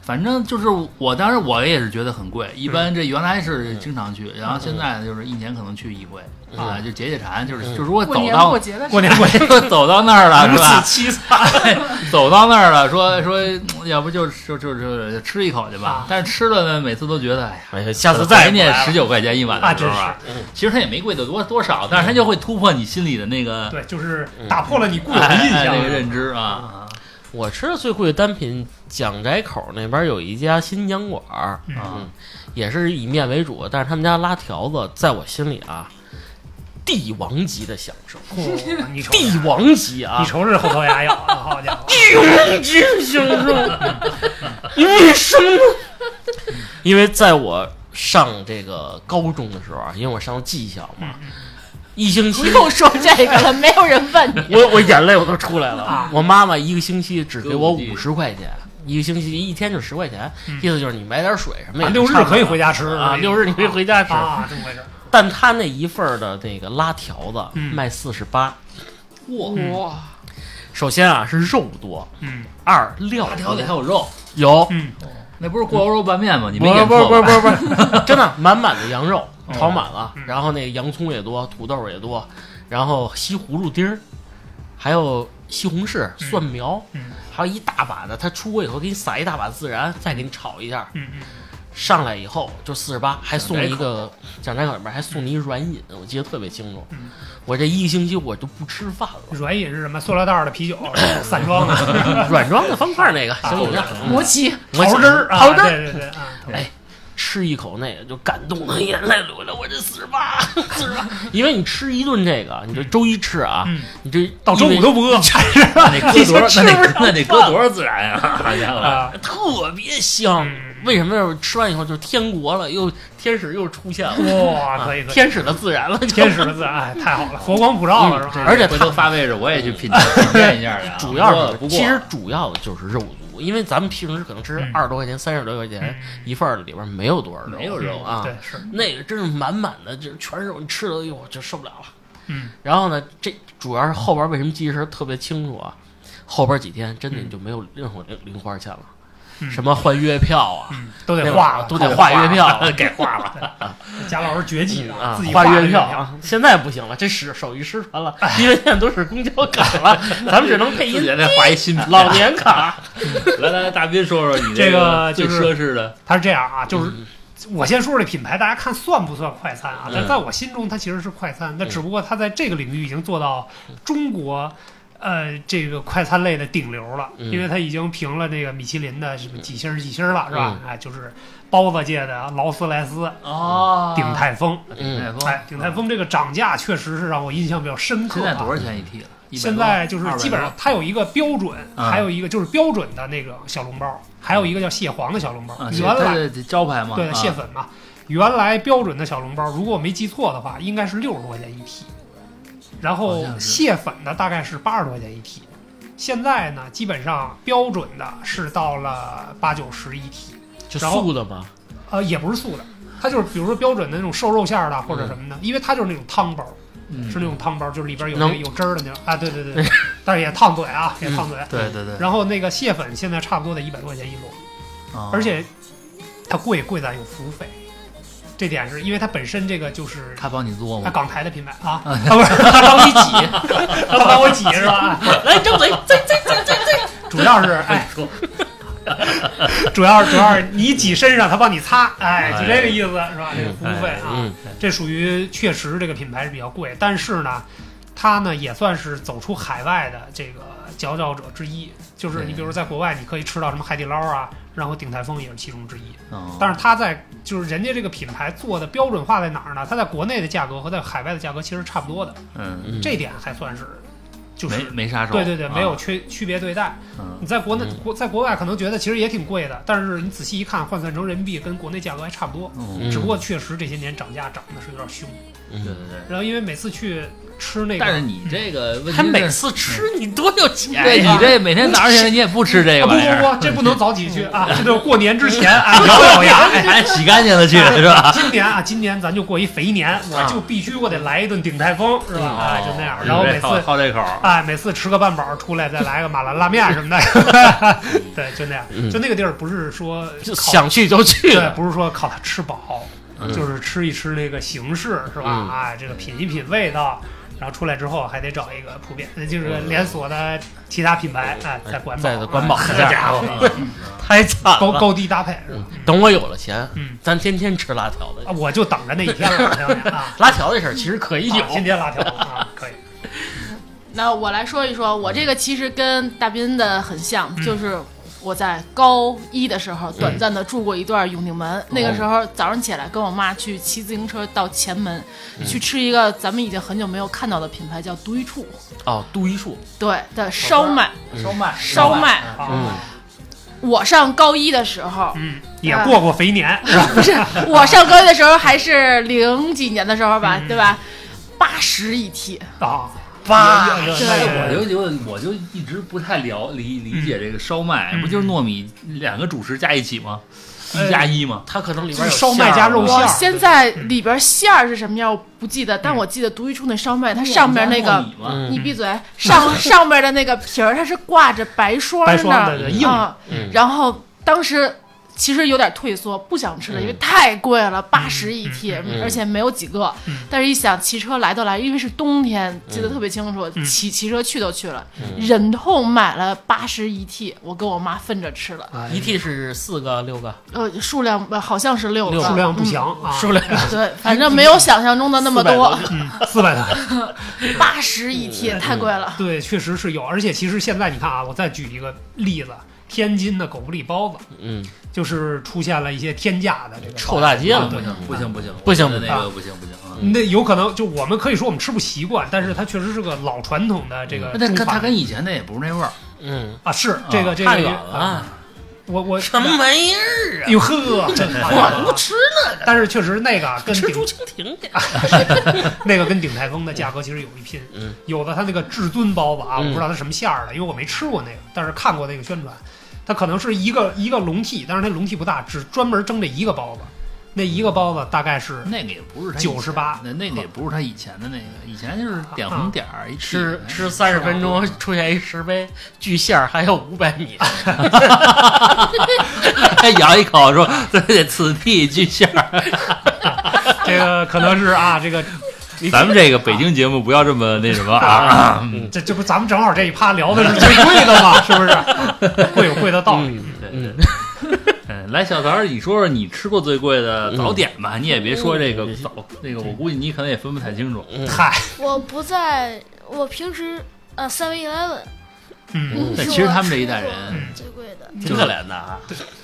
反正就是我当时我也是觉得很贵，一般
嗯
这原来是经常去，然后现在就是一年可能去一回
嗯
啊，就解解馋，就是就如果
过
走
年
到
过节的时
过
候，
年
<laughs>
过年
<laughs> 走到那儿了，
如
是
此
吧？
凄惨，
走到那儿了，说说，嗯要不就就就就吃一口去吧
啊。
但是吃了呢，每次都觉得，哎呀，
哎呀，下次
很
再也
怀
不
念
来了
十九块钱一碗
啊
的时
真嗯
候啊。其实它也没贵的多多少，但是它就会突破你心里的那个
对，就是
嗯
打破了你嗯固有的
哎
印
哎
象，
那个
<laughs>
<laughs> 认知啊。
我吃的最贵的单品，蒋宅口那边有一家新疆馆儿，
嗯
啊
也是以面为主，但是他们家拉条子，在我心里啊，帝王级的享受，
嚯你瞅瞅
帝王级啊
你，瞅瞅后槽牙咬的，
<laughs>
好家伙！
帝王级的享受，为什么呢？因为在我上这个高中的时候啊，因为我上技校嘛，一星
不
期，
用说这个了，没有人问你。
我我眼泪我都出来了。
啊
我妈妈一个星期只给我
给我
五十块钱，一个星期一天就十块钱，
嗯
意思就是你买点水什么
啊
也
六日
差不
可以
多
回家吃
啊，六日你可以回家吃。
啊，这么回事儿。
但他那一份儿的那个拉条子
嗯
卖四十八，
哇，
首先啊是肉多，
嗯
二料
辣条
多
里还有肉，
有，
嗯，
那不是锅包肉拌面吗？你
不
没
是
点
不是
错
不是
吧？
不是不
<laughs>
是，真的满满的羊肉
哦
炒满了
嗯，
然后那洋葱也多，土豆也多，然后西葫芦丁儿，还有西红柿、
嗯
蒜苗
嗯，
还有一大把的，他出锅以后给你撒一大把孜然，再给你炒一下，
嗯嗯
上来以后就四十八，还送一个蒋家口里边还送你一软饮，我记得特别清楚
嗯。
我这一个星期我就不吃饭了，
软饮是什么？塑料袋儿
<coughs>
的啤酒，散装的，
软装的方块那个
啊
小饮料，
魔奇，
我
桃汁儿啊，
桃汁儿，
对对对啊，
吃一口那个就感动的眼泪流了，我这四十八，四十八， <laughs> 因为你吃一顿这个，你这周一吃啊，
嗯
你这
到周五都
<laughs>
不饿
那得搁多少？那
你就吃
得
不
那得搁多少孜然啊？ <laughs> 好家伙！
啊，
特别香。
嗯
为什么呢？吃完以后就天国了，又天使又出现了，
哇，
啊
可以可以，
天使嗯的自然了，就
天使的自然，哎，太好了，佛光普照了是吧？
而且
回
它
头发位置我也
<laughs>
去品尝体验一下去啊。
主要
不
是
过
其实主要的就是肉足，因为咱们平时可能吃
嗯
二十多块钱、三十多块钱一份儿，里边没有多少肉，
没有肉
啊
对，是，
那个真是满满的，就是全是肉，你吃了哎呦我就受不了了。
嗯，
然后呢，这主要是后边为什么记事特别清楚啊？后边几天真的你就没有任何零零花钱了，
嗯
什么换月票啊，
嗯，都
那
得
会
画
儿
了，
都得画月票
给化了，
<laughs> 贾老师绝技
啊，
自己
画
月
月票，啊。现在不行了，这是手艺失传了，
哎
因为现在都是公交卡
<laughs>
了，咱们只能配
自己
音
再画一新品。
老年卡。
<laughs> 来来来，大斌说说你
这
个
个
最
就是
奢侈的，
它是这样啊，就是
嗯
我先说说这品牌，大家看算不算快餐啊？
嗯
但在我心中，它其实是快餐，那只不过它在这个领域已经做到中国。呃，这个快餐类的顶流了，
嗯
因为它已经评了这个米其林的什么几星儿几星儿了，是吧？哎，就是包子界的劳斯莱斯、
哦
鼎泰丰，
嗯
鼎泰丰
哎，，鼎泰丰这个涨价确实是让我印象比较深刻、啊。
哦哎现在多少钱一屉了？100
现在就是基本上
200
它有一个标准，
啊
还有一个就是标准的那个小笼包，还有一个叫蟹黄的小笼包
多啊，。
原来
这这招牌嘛，
对
啊
蟹粉嘛，原来标准的小笼包，如果我没记错的话，应该是六十多块钱一屉，然
好
后
像是
蟹粉的大概是八十多块钱一屉。现在呢，基本上标准的是到了八九十一屉，
就
然后
素的嘛，
呃，也不是素的，它就是比如说标准的那种瘦肉馅儿的或者什么的，因为它就是那种汤包，
嗯
是那种汤包，就是里边有那
能
个有汁儿的那种啊，对对对，对但是也烫嘴啊，也烫嘴。
对对对，
然后那个蟹粉现在差不多得一百多块钱一笼，
啊
而且它贵贵在有服务费，这点是因为它本身这个就是
他帮你做
它
吗？
港台的品牌啊，它不是它帮你挤，它帮我挤是吧？
哎
来张嘴，这
主要是哎， <laughs> 主要主要是你挤身上，它帮你擦，哎，就这个意思是吧？这个服务费啊，
嗯
这属于确实这个品牌是比较贵，但是呢，它呢也算是走出海外的这个佼佼者之一。就是你比如在国外，你可以吃到什么海底捞啊，然后鼎泰丰也是其中之一。
嗯
但是它在就是人家这个品牌做的标准化在哪儿呢？它在国内的价格和在海外的价格其实差不多的，
嗯，
嗯，
这点还算是就
没
是。
没杀手，
对对对，
啊
没有，区区别对待。
嗯
你在国内
嗯
国在国外可能觉得其实也挺贵的，但是你仔细一看，换算成人民币跟国内价格还差不多，
嗯，
只不过确实这些年涨价涨的是有点凶。
对对
嗯，
对。
然后因为每次去吃那个，啊
但是你这个问题
还每
是
次吃你多有钱
对你
呀，
这每天早上起来你也不吃这
啊
个
不
玩意
不
儿，
不，这不能早起去
<laughs>
啊，这得过年之前啊，咬咬牙。哎
还洗干净了去是吧？
<laughs>
啊
今年啊，今年咱就过一肥年，我就必须我得来一顿顶泰丰，是吧？哎，就那样。然后每
哦好
次
好这口儿，
哎，每次吃个半饱出来，再来个马兰拉面什么的，
<laughs>
<laughs> 对，就那样。
嗯
就那个地儿不是说
就
靠
想去就去
对，
了，
不是说靠它吃饱，就是吃一吃那个形式是吧？
嗯
啊，这个品一品味道，然后出来之后还得找一个普遍，那就是连锁的其他品牌，哎，再管
再
饱，
管饱嗯一
<laughs> 哎
下，太惨
高
了。
高低搭配是吧？
等我有了钱，
嗯
咱天天吃辣条的
啊，。我就等着那一天了，我想想啊，
拉条这事儿其实可 <laughs> 以有，
啊天天辣条啊，可以，
那我来说一说，我这个其实跟大斌的很像，就是我在高一的时候短暂的住过一段永定门，那个时候早上起来跟我妈去骑自行车到前门，去吃一个咱们已经很久没有看到的品牌叫独一处，
哦，杜一树，
对的烧麦。
烧麦，
烧麦
啊，
嗯，
我上高一的时候，
<laughs> 嗯，也过过肥年，
不是我上高一的时候还是零几年的时候吧，对吧？八十一屉，
啊，
八
有有有
对
我就觉得我就一直不太了理理解这个烧麦，
嗯
不就是糯米两个主食加一起吗？
呃
一加一吗？
它可能里边有
就是烧麦加肉馅
我
儿
现在里边馅儿是什么样我不记得，但我记得独一处那烧麦，它嗯上面那
加
个
糯米嘛，
嗯
你闭嘴，上上面的那个皮儿它是挂着白霜
白霜的
的，
对硬的
啊，
嗯
然后当时。其实有点退缩，不想吃了，
嗯
因为太贵了，八十一屉，
嗯
而且没有几个。
嗯
但是，一想骑车来都来，因为是冬天，记得
嗯
特别清楚，
嗯
骑骑车去都去了，
嗯
忍痛买了八十一屉，我跟我妈分着吃了。
一 T 是四个六个，
呃，数量呃好像是六
六
个，
数量不
嗯
详啊，
数量
对，反正没有想象中的那么多，
四百多。
八十一屉太贵 <laughs> 了。
对，确实是有，而且其实现在你看啊，我再举一个例子，天津的狗不理包子
嗯，
就是出现了一些天价的这个
臭大街
啊
了
不，行不行不行
不行
我觉得那
啊
个不行不行啊！
那有可能就我们可以说我们吃不习惯，但是它确实是个老传统的这个
嗯那
做
跟
法
它跟以前那也不是那味儿，
嗯，
啊是这个这个
差远
啊
了，
我我
什么玩意儿啊？
哟呵，真
我不
好
吃
但是确实那个啊跟
吃
顶
竹蜻蜓去，
<laughs> 那个跟鼎泰丰的价格其实有一拼，
嗯
有的它那个至尊包子啊，我
嗯
不知道它什么馅儿的，因为我没吃过那个，但是看过那个宣传，它可能是一个一个笼屉，但是它笼屉不大，只专门蒸这一个包子，那一个包子大概是
<laughs> 那个也不是它以前
98
那那个也不是它以前的那个，以前就是点红点儿一
吃
屉 <laughs>
吃三十分钟，出现一石碑，距线儿还有五百米，
还哎咬一口说这得此地巨馅儿。
这个可能是啊，这个
<laughs> 咱们这个北京节目不要这么那什么啊！
这这不咱们正好这一趴聊的是 <laughs> 最贵的嘛，是不是？会有贵的道理。
嗯嗯，
嗯，来，小曹儿，你说说你吃过最贵的早点吧，你也别说这个
嗯
早那个，我估计你可能也分不太清楚。
嗨，
我不在，我平时呃，Seven Eleven
嗯，
但
是
其实
我
他们这
吃
一代
过
人
最贵的，
挺可怜的啊，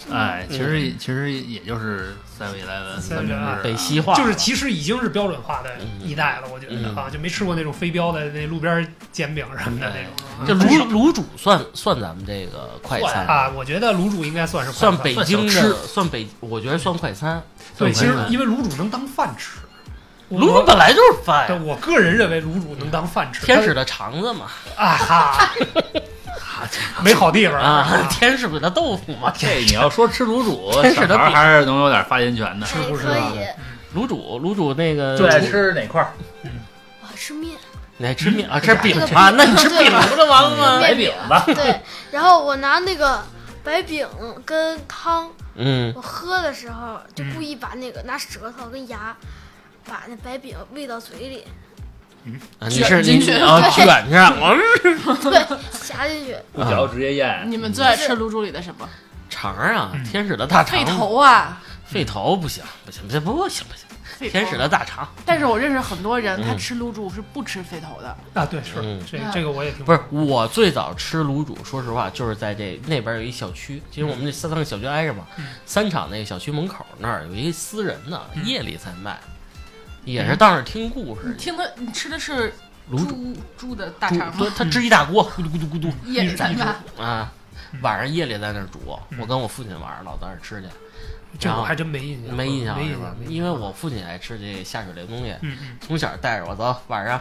嗯
哎，其实其实也就是三味来文三明治，
啊
啊
北西化
就是其实已经是标准化的一代了，我觉得啊，就没吃过那种非标的那路边煎饼什么的那种。
这卤卤煮算算咱们这个快餐
啊，，我觉得卤煮应该算是快
算
餐
北京的，算北，我觉得算快餐。算快
对，其实
餐
因为卤煮能当饭吃，
卤煮
我
本来就是饭
对
呀，
我个人认为卤煮能当饭吃。
天使的肠子嘛
啊哈，
<laughs>
没好地方
啊， <laughs> 天使的豆腐嘛，
这你要说吃卤煮，
<laughs> 真
小
是的
孩儿还是能有点发言权的。
还
不吃
可
啊
以。
卤煮卤煮那个
最爱，吃哪块儿？
嗯
我还吃面，
你爱吃面啊？吃饼
那个
啊？那你吃饼不就完了吗？
嗯白饼吧。
对，然后我拿那个白饼跟汤，
嗯
我喝的时候就
嗯
故意把那个拿舌头跟牙把那白饼喂到嘴里， <laughs>
啊你是
进
你
去
啊卷去， <laughs> 我
夹进去，
不嚼直接咽。
嗯
你们最爱吃卤煮里的什么？
肠儿啊，天使的大肠，
肺头啊，
肺头不行不行不行不行不行，
肺头
天使的。大肠
但是我认识很多人，他
嗯
吃卤煮是不吃肺头的。
<laughs> 啊，对，是
嗯
这这个我也听
不是我最早吃卤煮，说实话就是在这那边有一小区，其实我们这三个小区挨着嘛，三厂那个小区门口那儿有一私人的，
嗯
夜里才卖，也是当是听故事
你听他，你吃的是
卤煮。
猪猪的大
煮
肠
对
吗？
他支一大锅，咕嘟咕嘟咕嘟，
<laughs>
夜里咱吧，
啊，晚上夜里在那儿煮，
嗯
我跟我父亲晚上老在那儿吃去，
这我还真没印象，
啊没印象
嗯没印
是吧
象，？
因为我父亲爱吃这下水类东西，
嗯嗯。
从小带着我走，晚上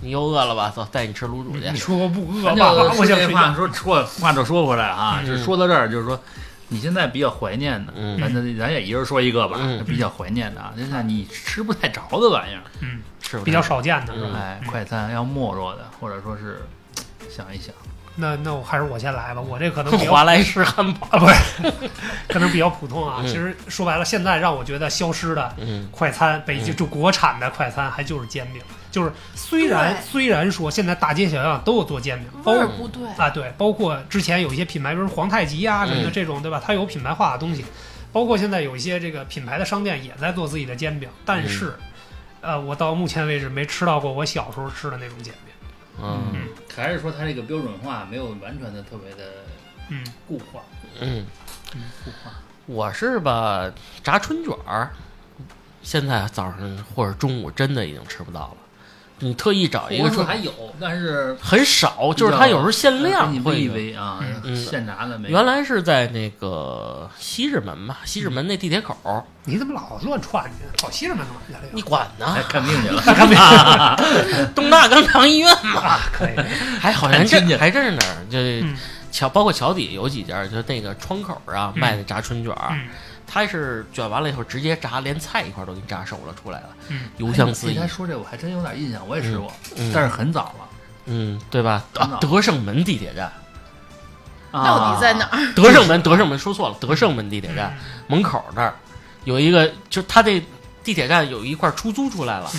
你又饿了吧？走，带你吃卤煮
你
去。
说我不饿
咱
吧？
就
我
说
想
这
睡
话
觉。
说说话就说回来啊，
嗯
就是说到这儿，就是说你现在比较怀念的，
<laughs> 嗯
咱咱咱也一人说一个吧
嗯，
比较怀念的啊，就是你吃不太着的玩意儿，
嗯，
是不是
比较少见的是
嗯
吧？
哎，快餐要没落的，或者说是想一想，
那那我还是我先来吧，我这
<laughs>
可能比较
华莱士汉堡，
啊，不是， <laughs> 可能比较普通啊。
嗯
其实说白了，现在让我觉得消失的
嗯
快餐，北京就国产的快餐还就是煎饼，就是虽然
对
虽然说现在大街小巷都有做煎饼，包
味儿不对。
啊对，包括之前有一些品牌，比如皇太极啊什么的
嗯
这种，对吧？它有品牌化的东西，包括现在有一些这个品牌的商店也在做自己的煎饼，但是，呃，我到目前为止没吃到过我小时候吃的那种煎饼。
嗯
还是说它这个标准化没有完全的特别的
嗯，
固化，
嗯，
固化。
我是吧，炸春卷儿，现在早上或者中午真的已经吃不到了。你特意找一
胡
个
同
说
还有，但是
很少，就是它有时候限量
你微
会
一
有。
微啊，
嗯
现炸的没有。
原来是在那个西直门吧，西直门那地铁口，
嗯
你怎么老乱串去？跑西直啊门干嘛去了？
你管呢
还？哎看病
<laughs>
去了， <laughs>
东大肛肠医院嘛，
可以，
还好像
看亲戚
真还真是那儿，就
嗯
桥包括桥底有几家，就那个窗口啊卖的炸春卷儿
嗯，
它是卷完了以后直接炸，连菜一块儿都给你炸熟了出来了
嗯，
油香四溢
哎他，说这我还真有点印象，我也吃过，
嗯
但是很早了。
嗯，对吧？啊，德胜门地铁
<laughs>
站，
啊哦
到底在哪儿？
德胜门，德胜门说错了，德胜门地铁站
嗯
门口那儿有一个，就是它这地铁站有一块出租出来了，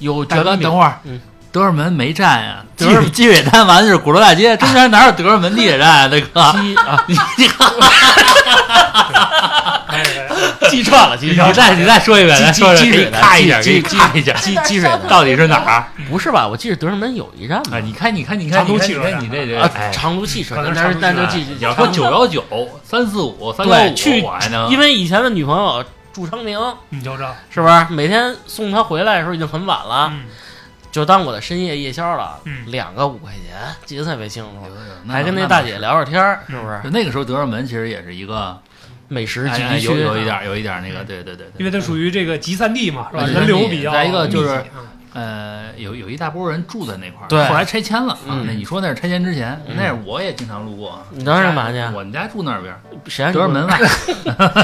有
嗯大
卷
哥，
饼。
等会儿
嗯，
德胜门没站呀，
德胜
积水积水潭完了就是鼓楼大街，中间哪有德胜门地铁站啊，大哥？
鸡啊，
你你
可以可以。
记串了，记
你
串了。
再你再说一遍，
积
再说一
积水
遍，给你
潭
看一下，
积
给你
积
看一下，
积积水的
到底是哪儿？
不是吧？我记得德胜门有一站吧
啊，？你看，你看，你看，
长途
你
汽
看，你
车
看，你这这
啊，
哎
长途汽哎车
可，能是
但是但
长途
是
汽
记
你要说九幺九、三四五、三幺
对
五，
去
我还能，
因为以前的女朋友住昌平，
你就这，
啊
是不是？每天送她回来的时候已经很晚了，
嗯，
就当我的深夜夜宵了，
嗯
两个五块钱，记得特别清楚。
那
还跟那大姐聊聊天儿，是不是？
就那个时候德胜门其实也是一个，
美食聚
哎
集
有
区，
有一点有一点那个，对对对
因
对，
为它属于这个集散地嘛，是吧？
嗯
人流比较密集。
再一个就是
嗯
呃，有有一大波人住在那块儿，
对
后来拆迁了。啊
嗯
那你说那是拆迁之前，
嗯
那是我也经常路过。
你当时干嘛去？啊哎
我们家住那边儿，
谁让
德
你
胜
过
门外。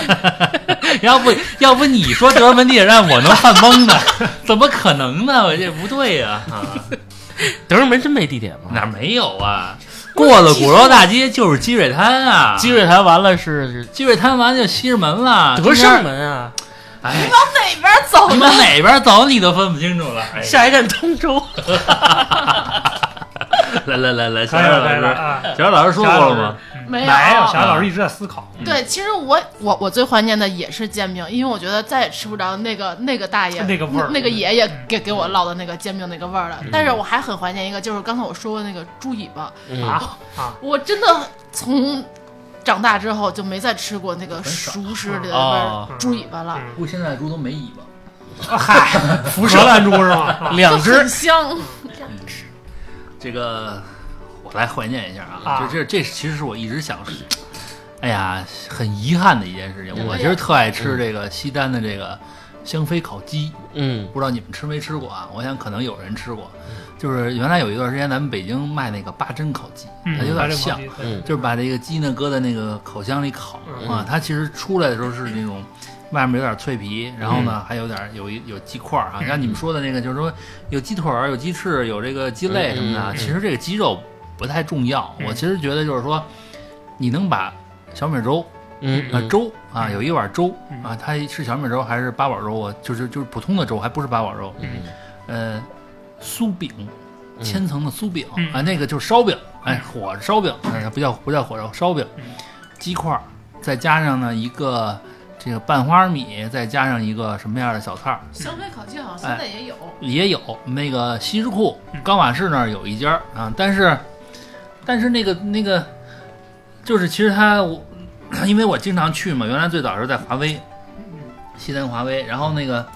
<laughs>
<laughs> 要不要不你说德胜门地铁站，我能犯懵呢？怎么可能呢？我这不对呀、啊！
德胜门真没地铁吗？
哪儿没有啊？过了鼓楼大街就是积水滩啊，
<laughs> 积水潭完了是
积水滩完就西直门了，
德
中
胜
间。
门啊，
哎，
往哪边走
你
呢？
往哪边走你都分不清楚了。哎，
下一站通州。
来来来来，小
可以
冉
了，可以了啊。
老师，小冉老师说过了
小冉老
吗
师？
没
没
有，
有，啊小冉
啊
老师一直在思考。
对，其实我我我最怀念的也是煎饼，因为我觉得再也吃不着那个那个大爷
那个味儿
那个爷爷给给我烙的那个煎饼那个味儿了。但是我还很怀念一个，就是刚才我说过那个猪尾巴，
嗯，
啊啊！
我真的从长大之后就没再吃过那个熟食里的味
哦
儿猪尾巴了，
嗯
不，现在猪都没尾巴。 <laughs>
嗨，辐射弹珠是吗？
<laughs>
啊
两
就很
只
香。
这个我来怀念一下啊，
啊
就这这其实是我一直想，哎呀，很遗憾的一件事情。
嗯
我其实特爱吃这个西单的这个香妃烤鸡，
嗯
不知道你们吃没吃过啊？我想可能有人吃过，就是原来有一段时间咱们北京卖那个八珍烤鸡，
嗯
它有
白
点
莲
像
蓬，鸡对
嗯
就是把这个鸡呢搁在那个烤箱里烤
嗯
啊，它其实出来的时候是那种外面有点脆皮，然后
嗯
呢还有点有一有鸡块儿啊，像你们说的那个就是说有鸡腿儿、有鸡翅、有这个鸡肋什么的
嗯嗯
啊，
嗯
其实这个鸡肉不太重要。
嗯
我其实觉得就是说，你能把小米粥
嗯
啊
嗯，
粥啊有一碗粥
嗯
啊，它是小米粥还是八宝粥啊？就是就是普通的粥，还不是八宝粥。
嗯
呃，酥饼，
嗯
千层的酥饼、
嗯
啊，那个就是烧饼，哎，火烧饼，哎，不叫不叫火烧烧饼
嗯，
鸡块儿，再加上呢一个这个半花米，再加上一个什么样的小菜儿
香妃烤鸡好像
现在
也有，
也有，那个西直库
嗯
高瓦市那儿有一家儿啊，但是但是那个那个就是其实它我 <clears throat> 因为我经常去嘛，原来最早是在华威，西单华威，然后那个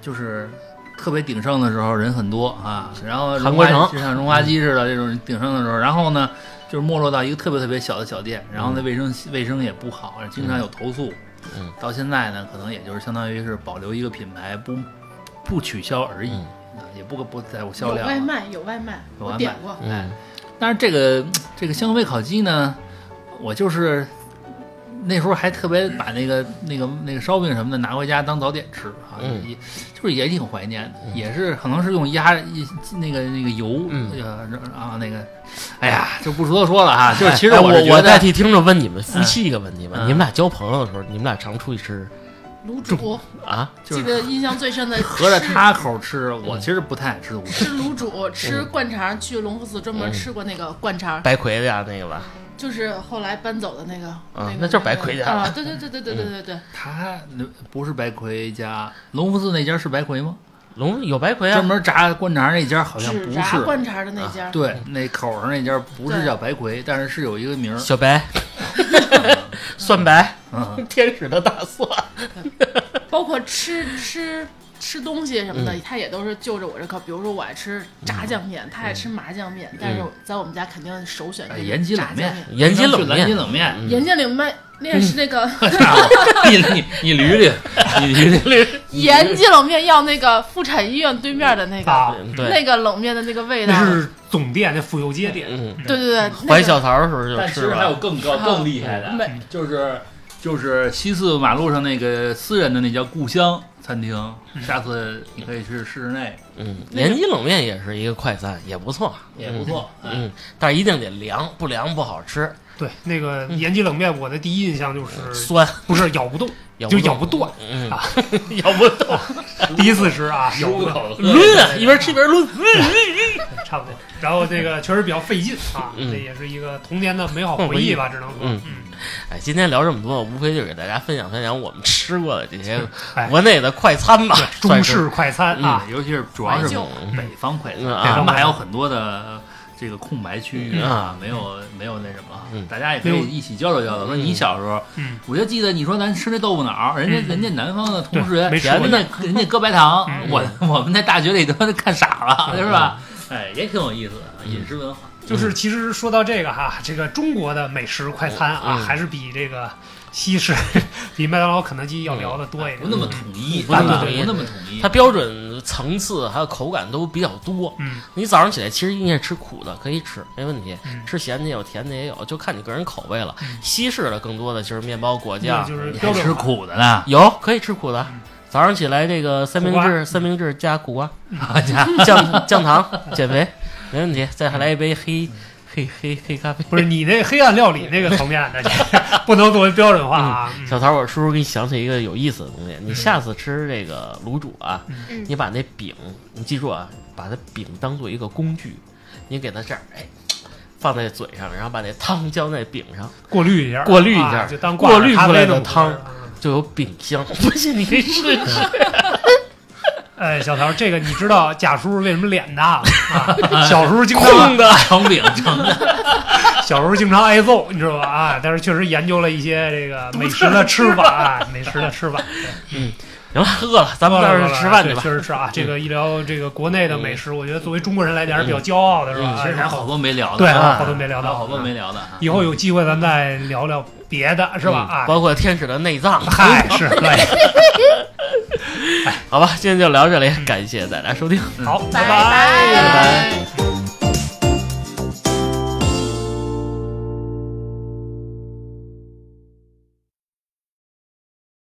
就是特别鼎盛的时候人很多啊，然后
韩国
荣华
城嗯
就像荣华鸡似的这种鼎盛的时候，然后呢就是没落到一个特别特别小的小店，然后那卫生卫生也不好，经常有投诉。
嗯
到现在呢，可能也就是相当于是保留一个品牌，不不取消而已，
嗯
啊也不不在乎
有
销量
外
了。
卖有外卖，
有
我
外
点
卖
过。
嗯
但是这个这个香妃烤鸡呢，我就是那时候还特别把那个那个那个烧饼什么的拿回家当早点吃啊，
嗯
也就是也挺怀念的，
嗯
也是可能是用鸭一那个那个油、
嗯
呃啊那个，哎呀就不多说了啊，就是其实
<laughs> 哎我
是觉
我
得
代 <laughs> 替听众问你们夫妻一个问题吧，你
嗯
们俩交朋友的时候，你们俩常出去吃
卤煮，
啊？
<laughs> 就
记
是
得印象最深的
<laughs> 合着
是
他口吃，我
嗯
其实不太爱吃午
<laughs>
餐。
吃卤煮，
嗯
吃灌肠，去隆福寺专门吃过那个灌肠，
白魁的呀，那个吧，
就是后来搬走的那个，
啊
个
那就是白魁家
啊，对对对对对对对
嗯
对，
他那不是白魁家，隆福寺那家是白魁吗？
龙有白魁
专
啊，
门炸灌肠那家好像不
只
是。啊
炸灌肠的那家，
对，那口上那家不是叫白魁，但是是有一个名儿。
小
<laughs>
白，蒜白，
嗯，
天使的大蒜，
包括吃吃吃东西什么
嗯
的，他也都是就着我这口。比如说我爱吃炸酱面，他爱吃
嗯
麻酱面，但是在我们家肯定首选
哎
就是
延吉冷
炸酱
面
面。
延吉冷
延吉
面，嗯
冷面，
延吉冷面面是那个
<laughs>
你你你捋捋，你捋捋，
延吉冷面，要那个妇产医院对面的
嗯
那
啊
个
对，
那个冷面的那个味道。
那是总店，那妇幼街店，
嗯，
对对对，那
怀
个
小桃的时候就
但其
吃
实还有
了，
更高、更厉害的，
啊没
就是就是西四马路上那个私人的那叫故乡餐厅，
嗯
下次你可以去试试那，
嗯，延吉冷面也是一个快餐，也不错，
也不错。哎
嗯，但是一定得凉，不凉不好吃，
对，那个
嗯
延吉冷面，我的第一印象就是
酸，
不是咬不动，
嗯咬
就
不
咬
动，
不断，
嗯，
咬不动。 <laughs> 第一次吃啊，咬不
入
动，
口喝
抡啊，一边吃一边抡，
差不多。然后这个确实比较费劲啊，
嗯
这也是一个童年的美好回忆吧，只能说，
嗯
嗯，
哎，今天聊这么多，无非就是给大家分享分享我们吃过的这些
哎
国内的快餐吧，
中
算是
式快餐啊，
嗯尤其是主要是北方快餐，
嗯啊
咱们还有很多的这个空白区域啊，没有没有那什么啊
嗯，
大家也可以一起交流交流。说你小时候
嗯，
我就记得你说咱吃那豆腐脑儿，人家
嗯
人家南方的同
对
学，
没吃过
人家人家搁白糖，
嗯
我我们在大学里都看傻
嗯
了，是吧？哎，也挺有意思的，饮食文化。
就是其实说到这个哈，这个中国的美食快餐啊，
嗯
还是比这个西式、 <laughs> 比麦当劳、肯德基要聊的多一
不
嗯
点。
那么统一，
不那么
啊
统一
不那么统一
它。标准层次还有口感都比较多。
嗯，
你早上起来其实应该吃苦的，可以吃，没问题。
嗯
吃咸的也有，甜的也有，就看你个人口味了。
嗯
西式的更多的就是面包、果
那
酱，
就是
你
标
还
准
吃苦的呢，
有可以吃苦的
嗯。
早上起来这个三明
苦瓜嗯
治，三明治加 <laughs> 苦瓜，
好家伙，
降降糖减肥，没问题。再来一杯黑
嗯
黑黑黑咖啡。
不是你那黑暗料理那个层面
<laughs>
的，这个不能作为标准化啊。嗯
小桃，我叔叔给你想起一个有意思的东西，你下次吃这个卤煮啊，
嗯
你把那饼，你记住啊，把它饼当做一个工具，你给它这儿，哎，放在嘴上，然后把那汤浇在饼上，
过滤一下，
过滤一下
啊就当
过滤
咖
出来
啡那
的
么
汤
回事儿啊
就有饼香。 <laughs> 不信你可以试试。
哎，小桃，这个你知道贾叔为什么脸
<laughs>
大吗？啊，小时候经常
空的，
成饼成的，
小时候经常挨揍，你知道吧？啊，但是确实研究了一些这个美食的吃法，啊，美食的
<laughs>
吃法。
行了，饿了，咱们到这儿吃饭去吧嗯
确。实是啊，这个一聊这个国内的美食，我觉得作为中国人来讲是比较骄傲 <laughs> 的，是吧？
嗯
啊
<laughs> 其实还有好多没聊的，
对，还有
啊
好多没聊
还有
到，
好多没聊的啊。
以后有机会咱再聊聊别的，是吧？啊
嗯，包括天使的内脏，
嗨，是对，
好吧，今天就聊这里，感谢大家收听。
好，
拜
拜
拜
拜。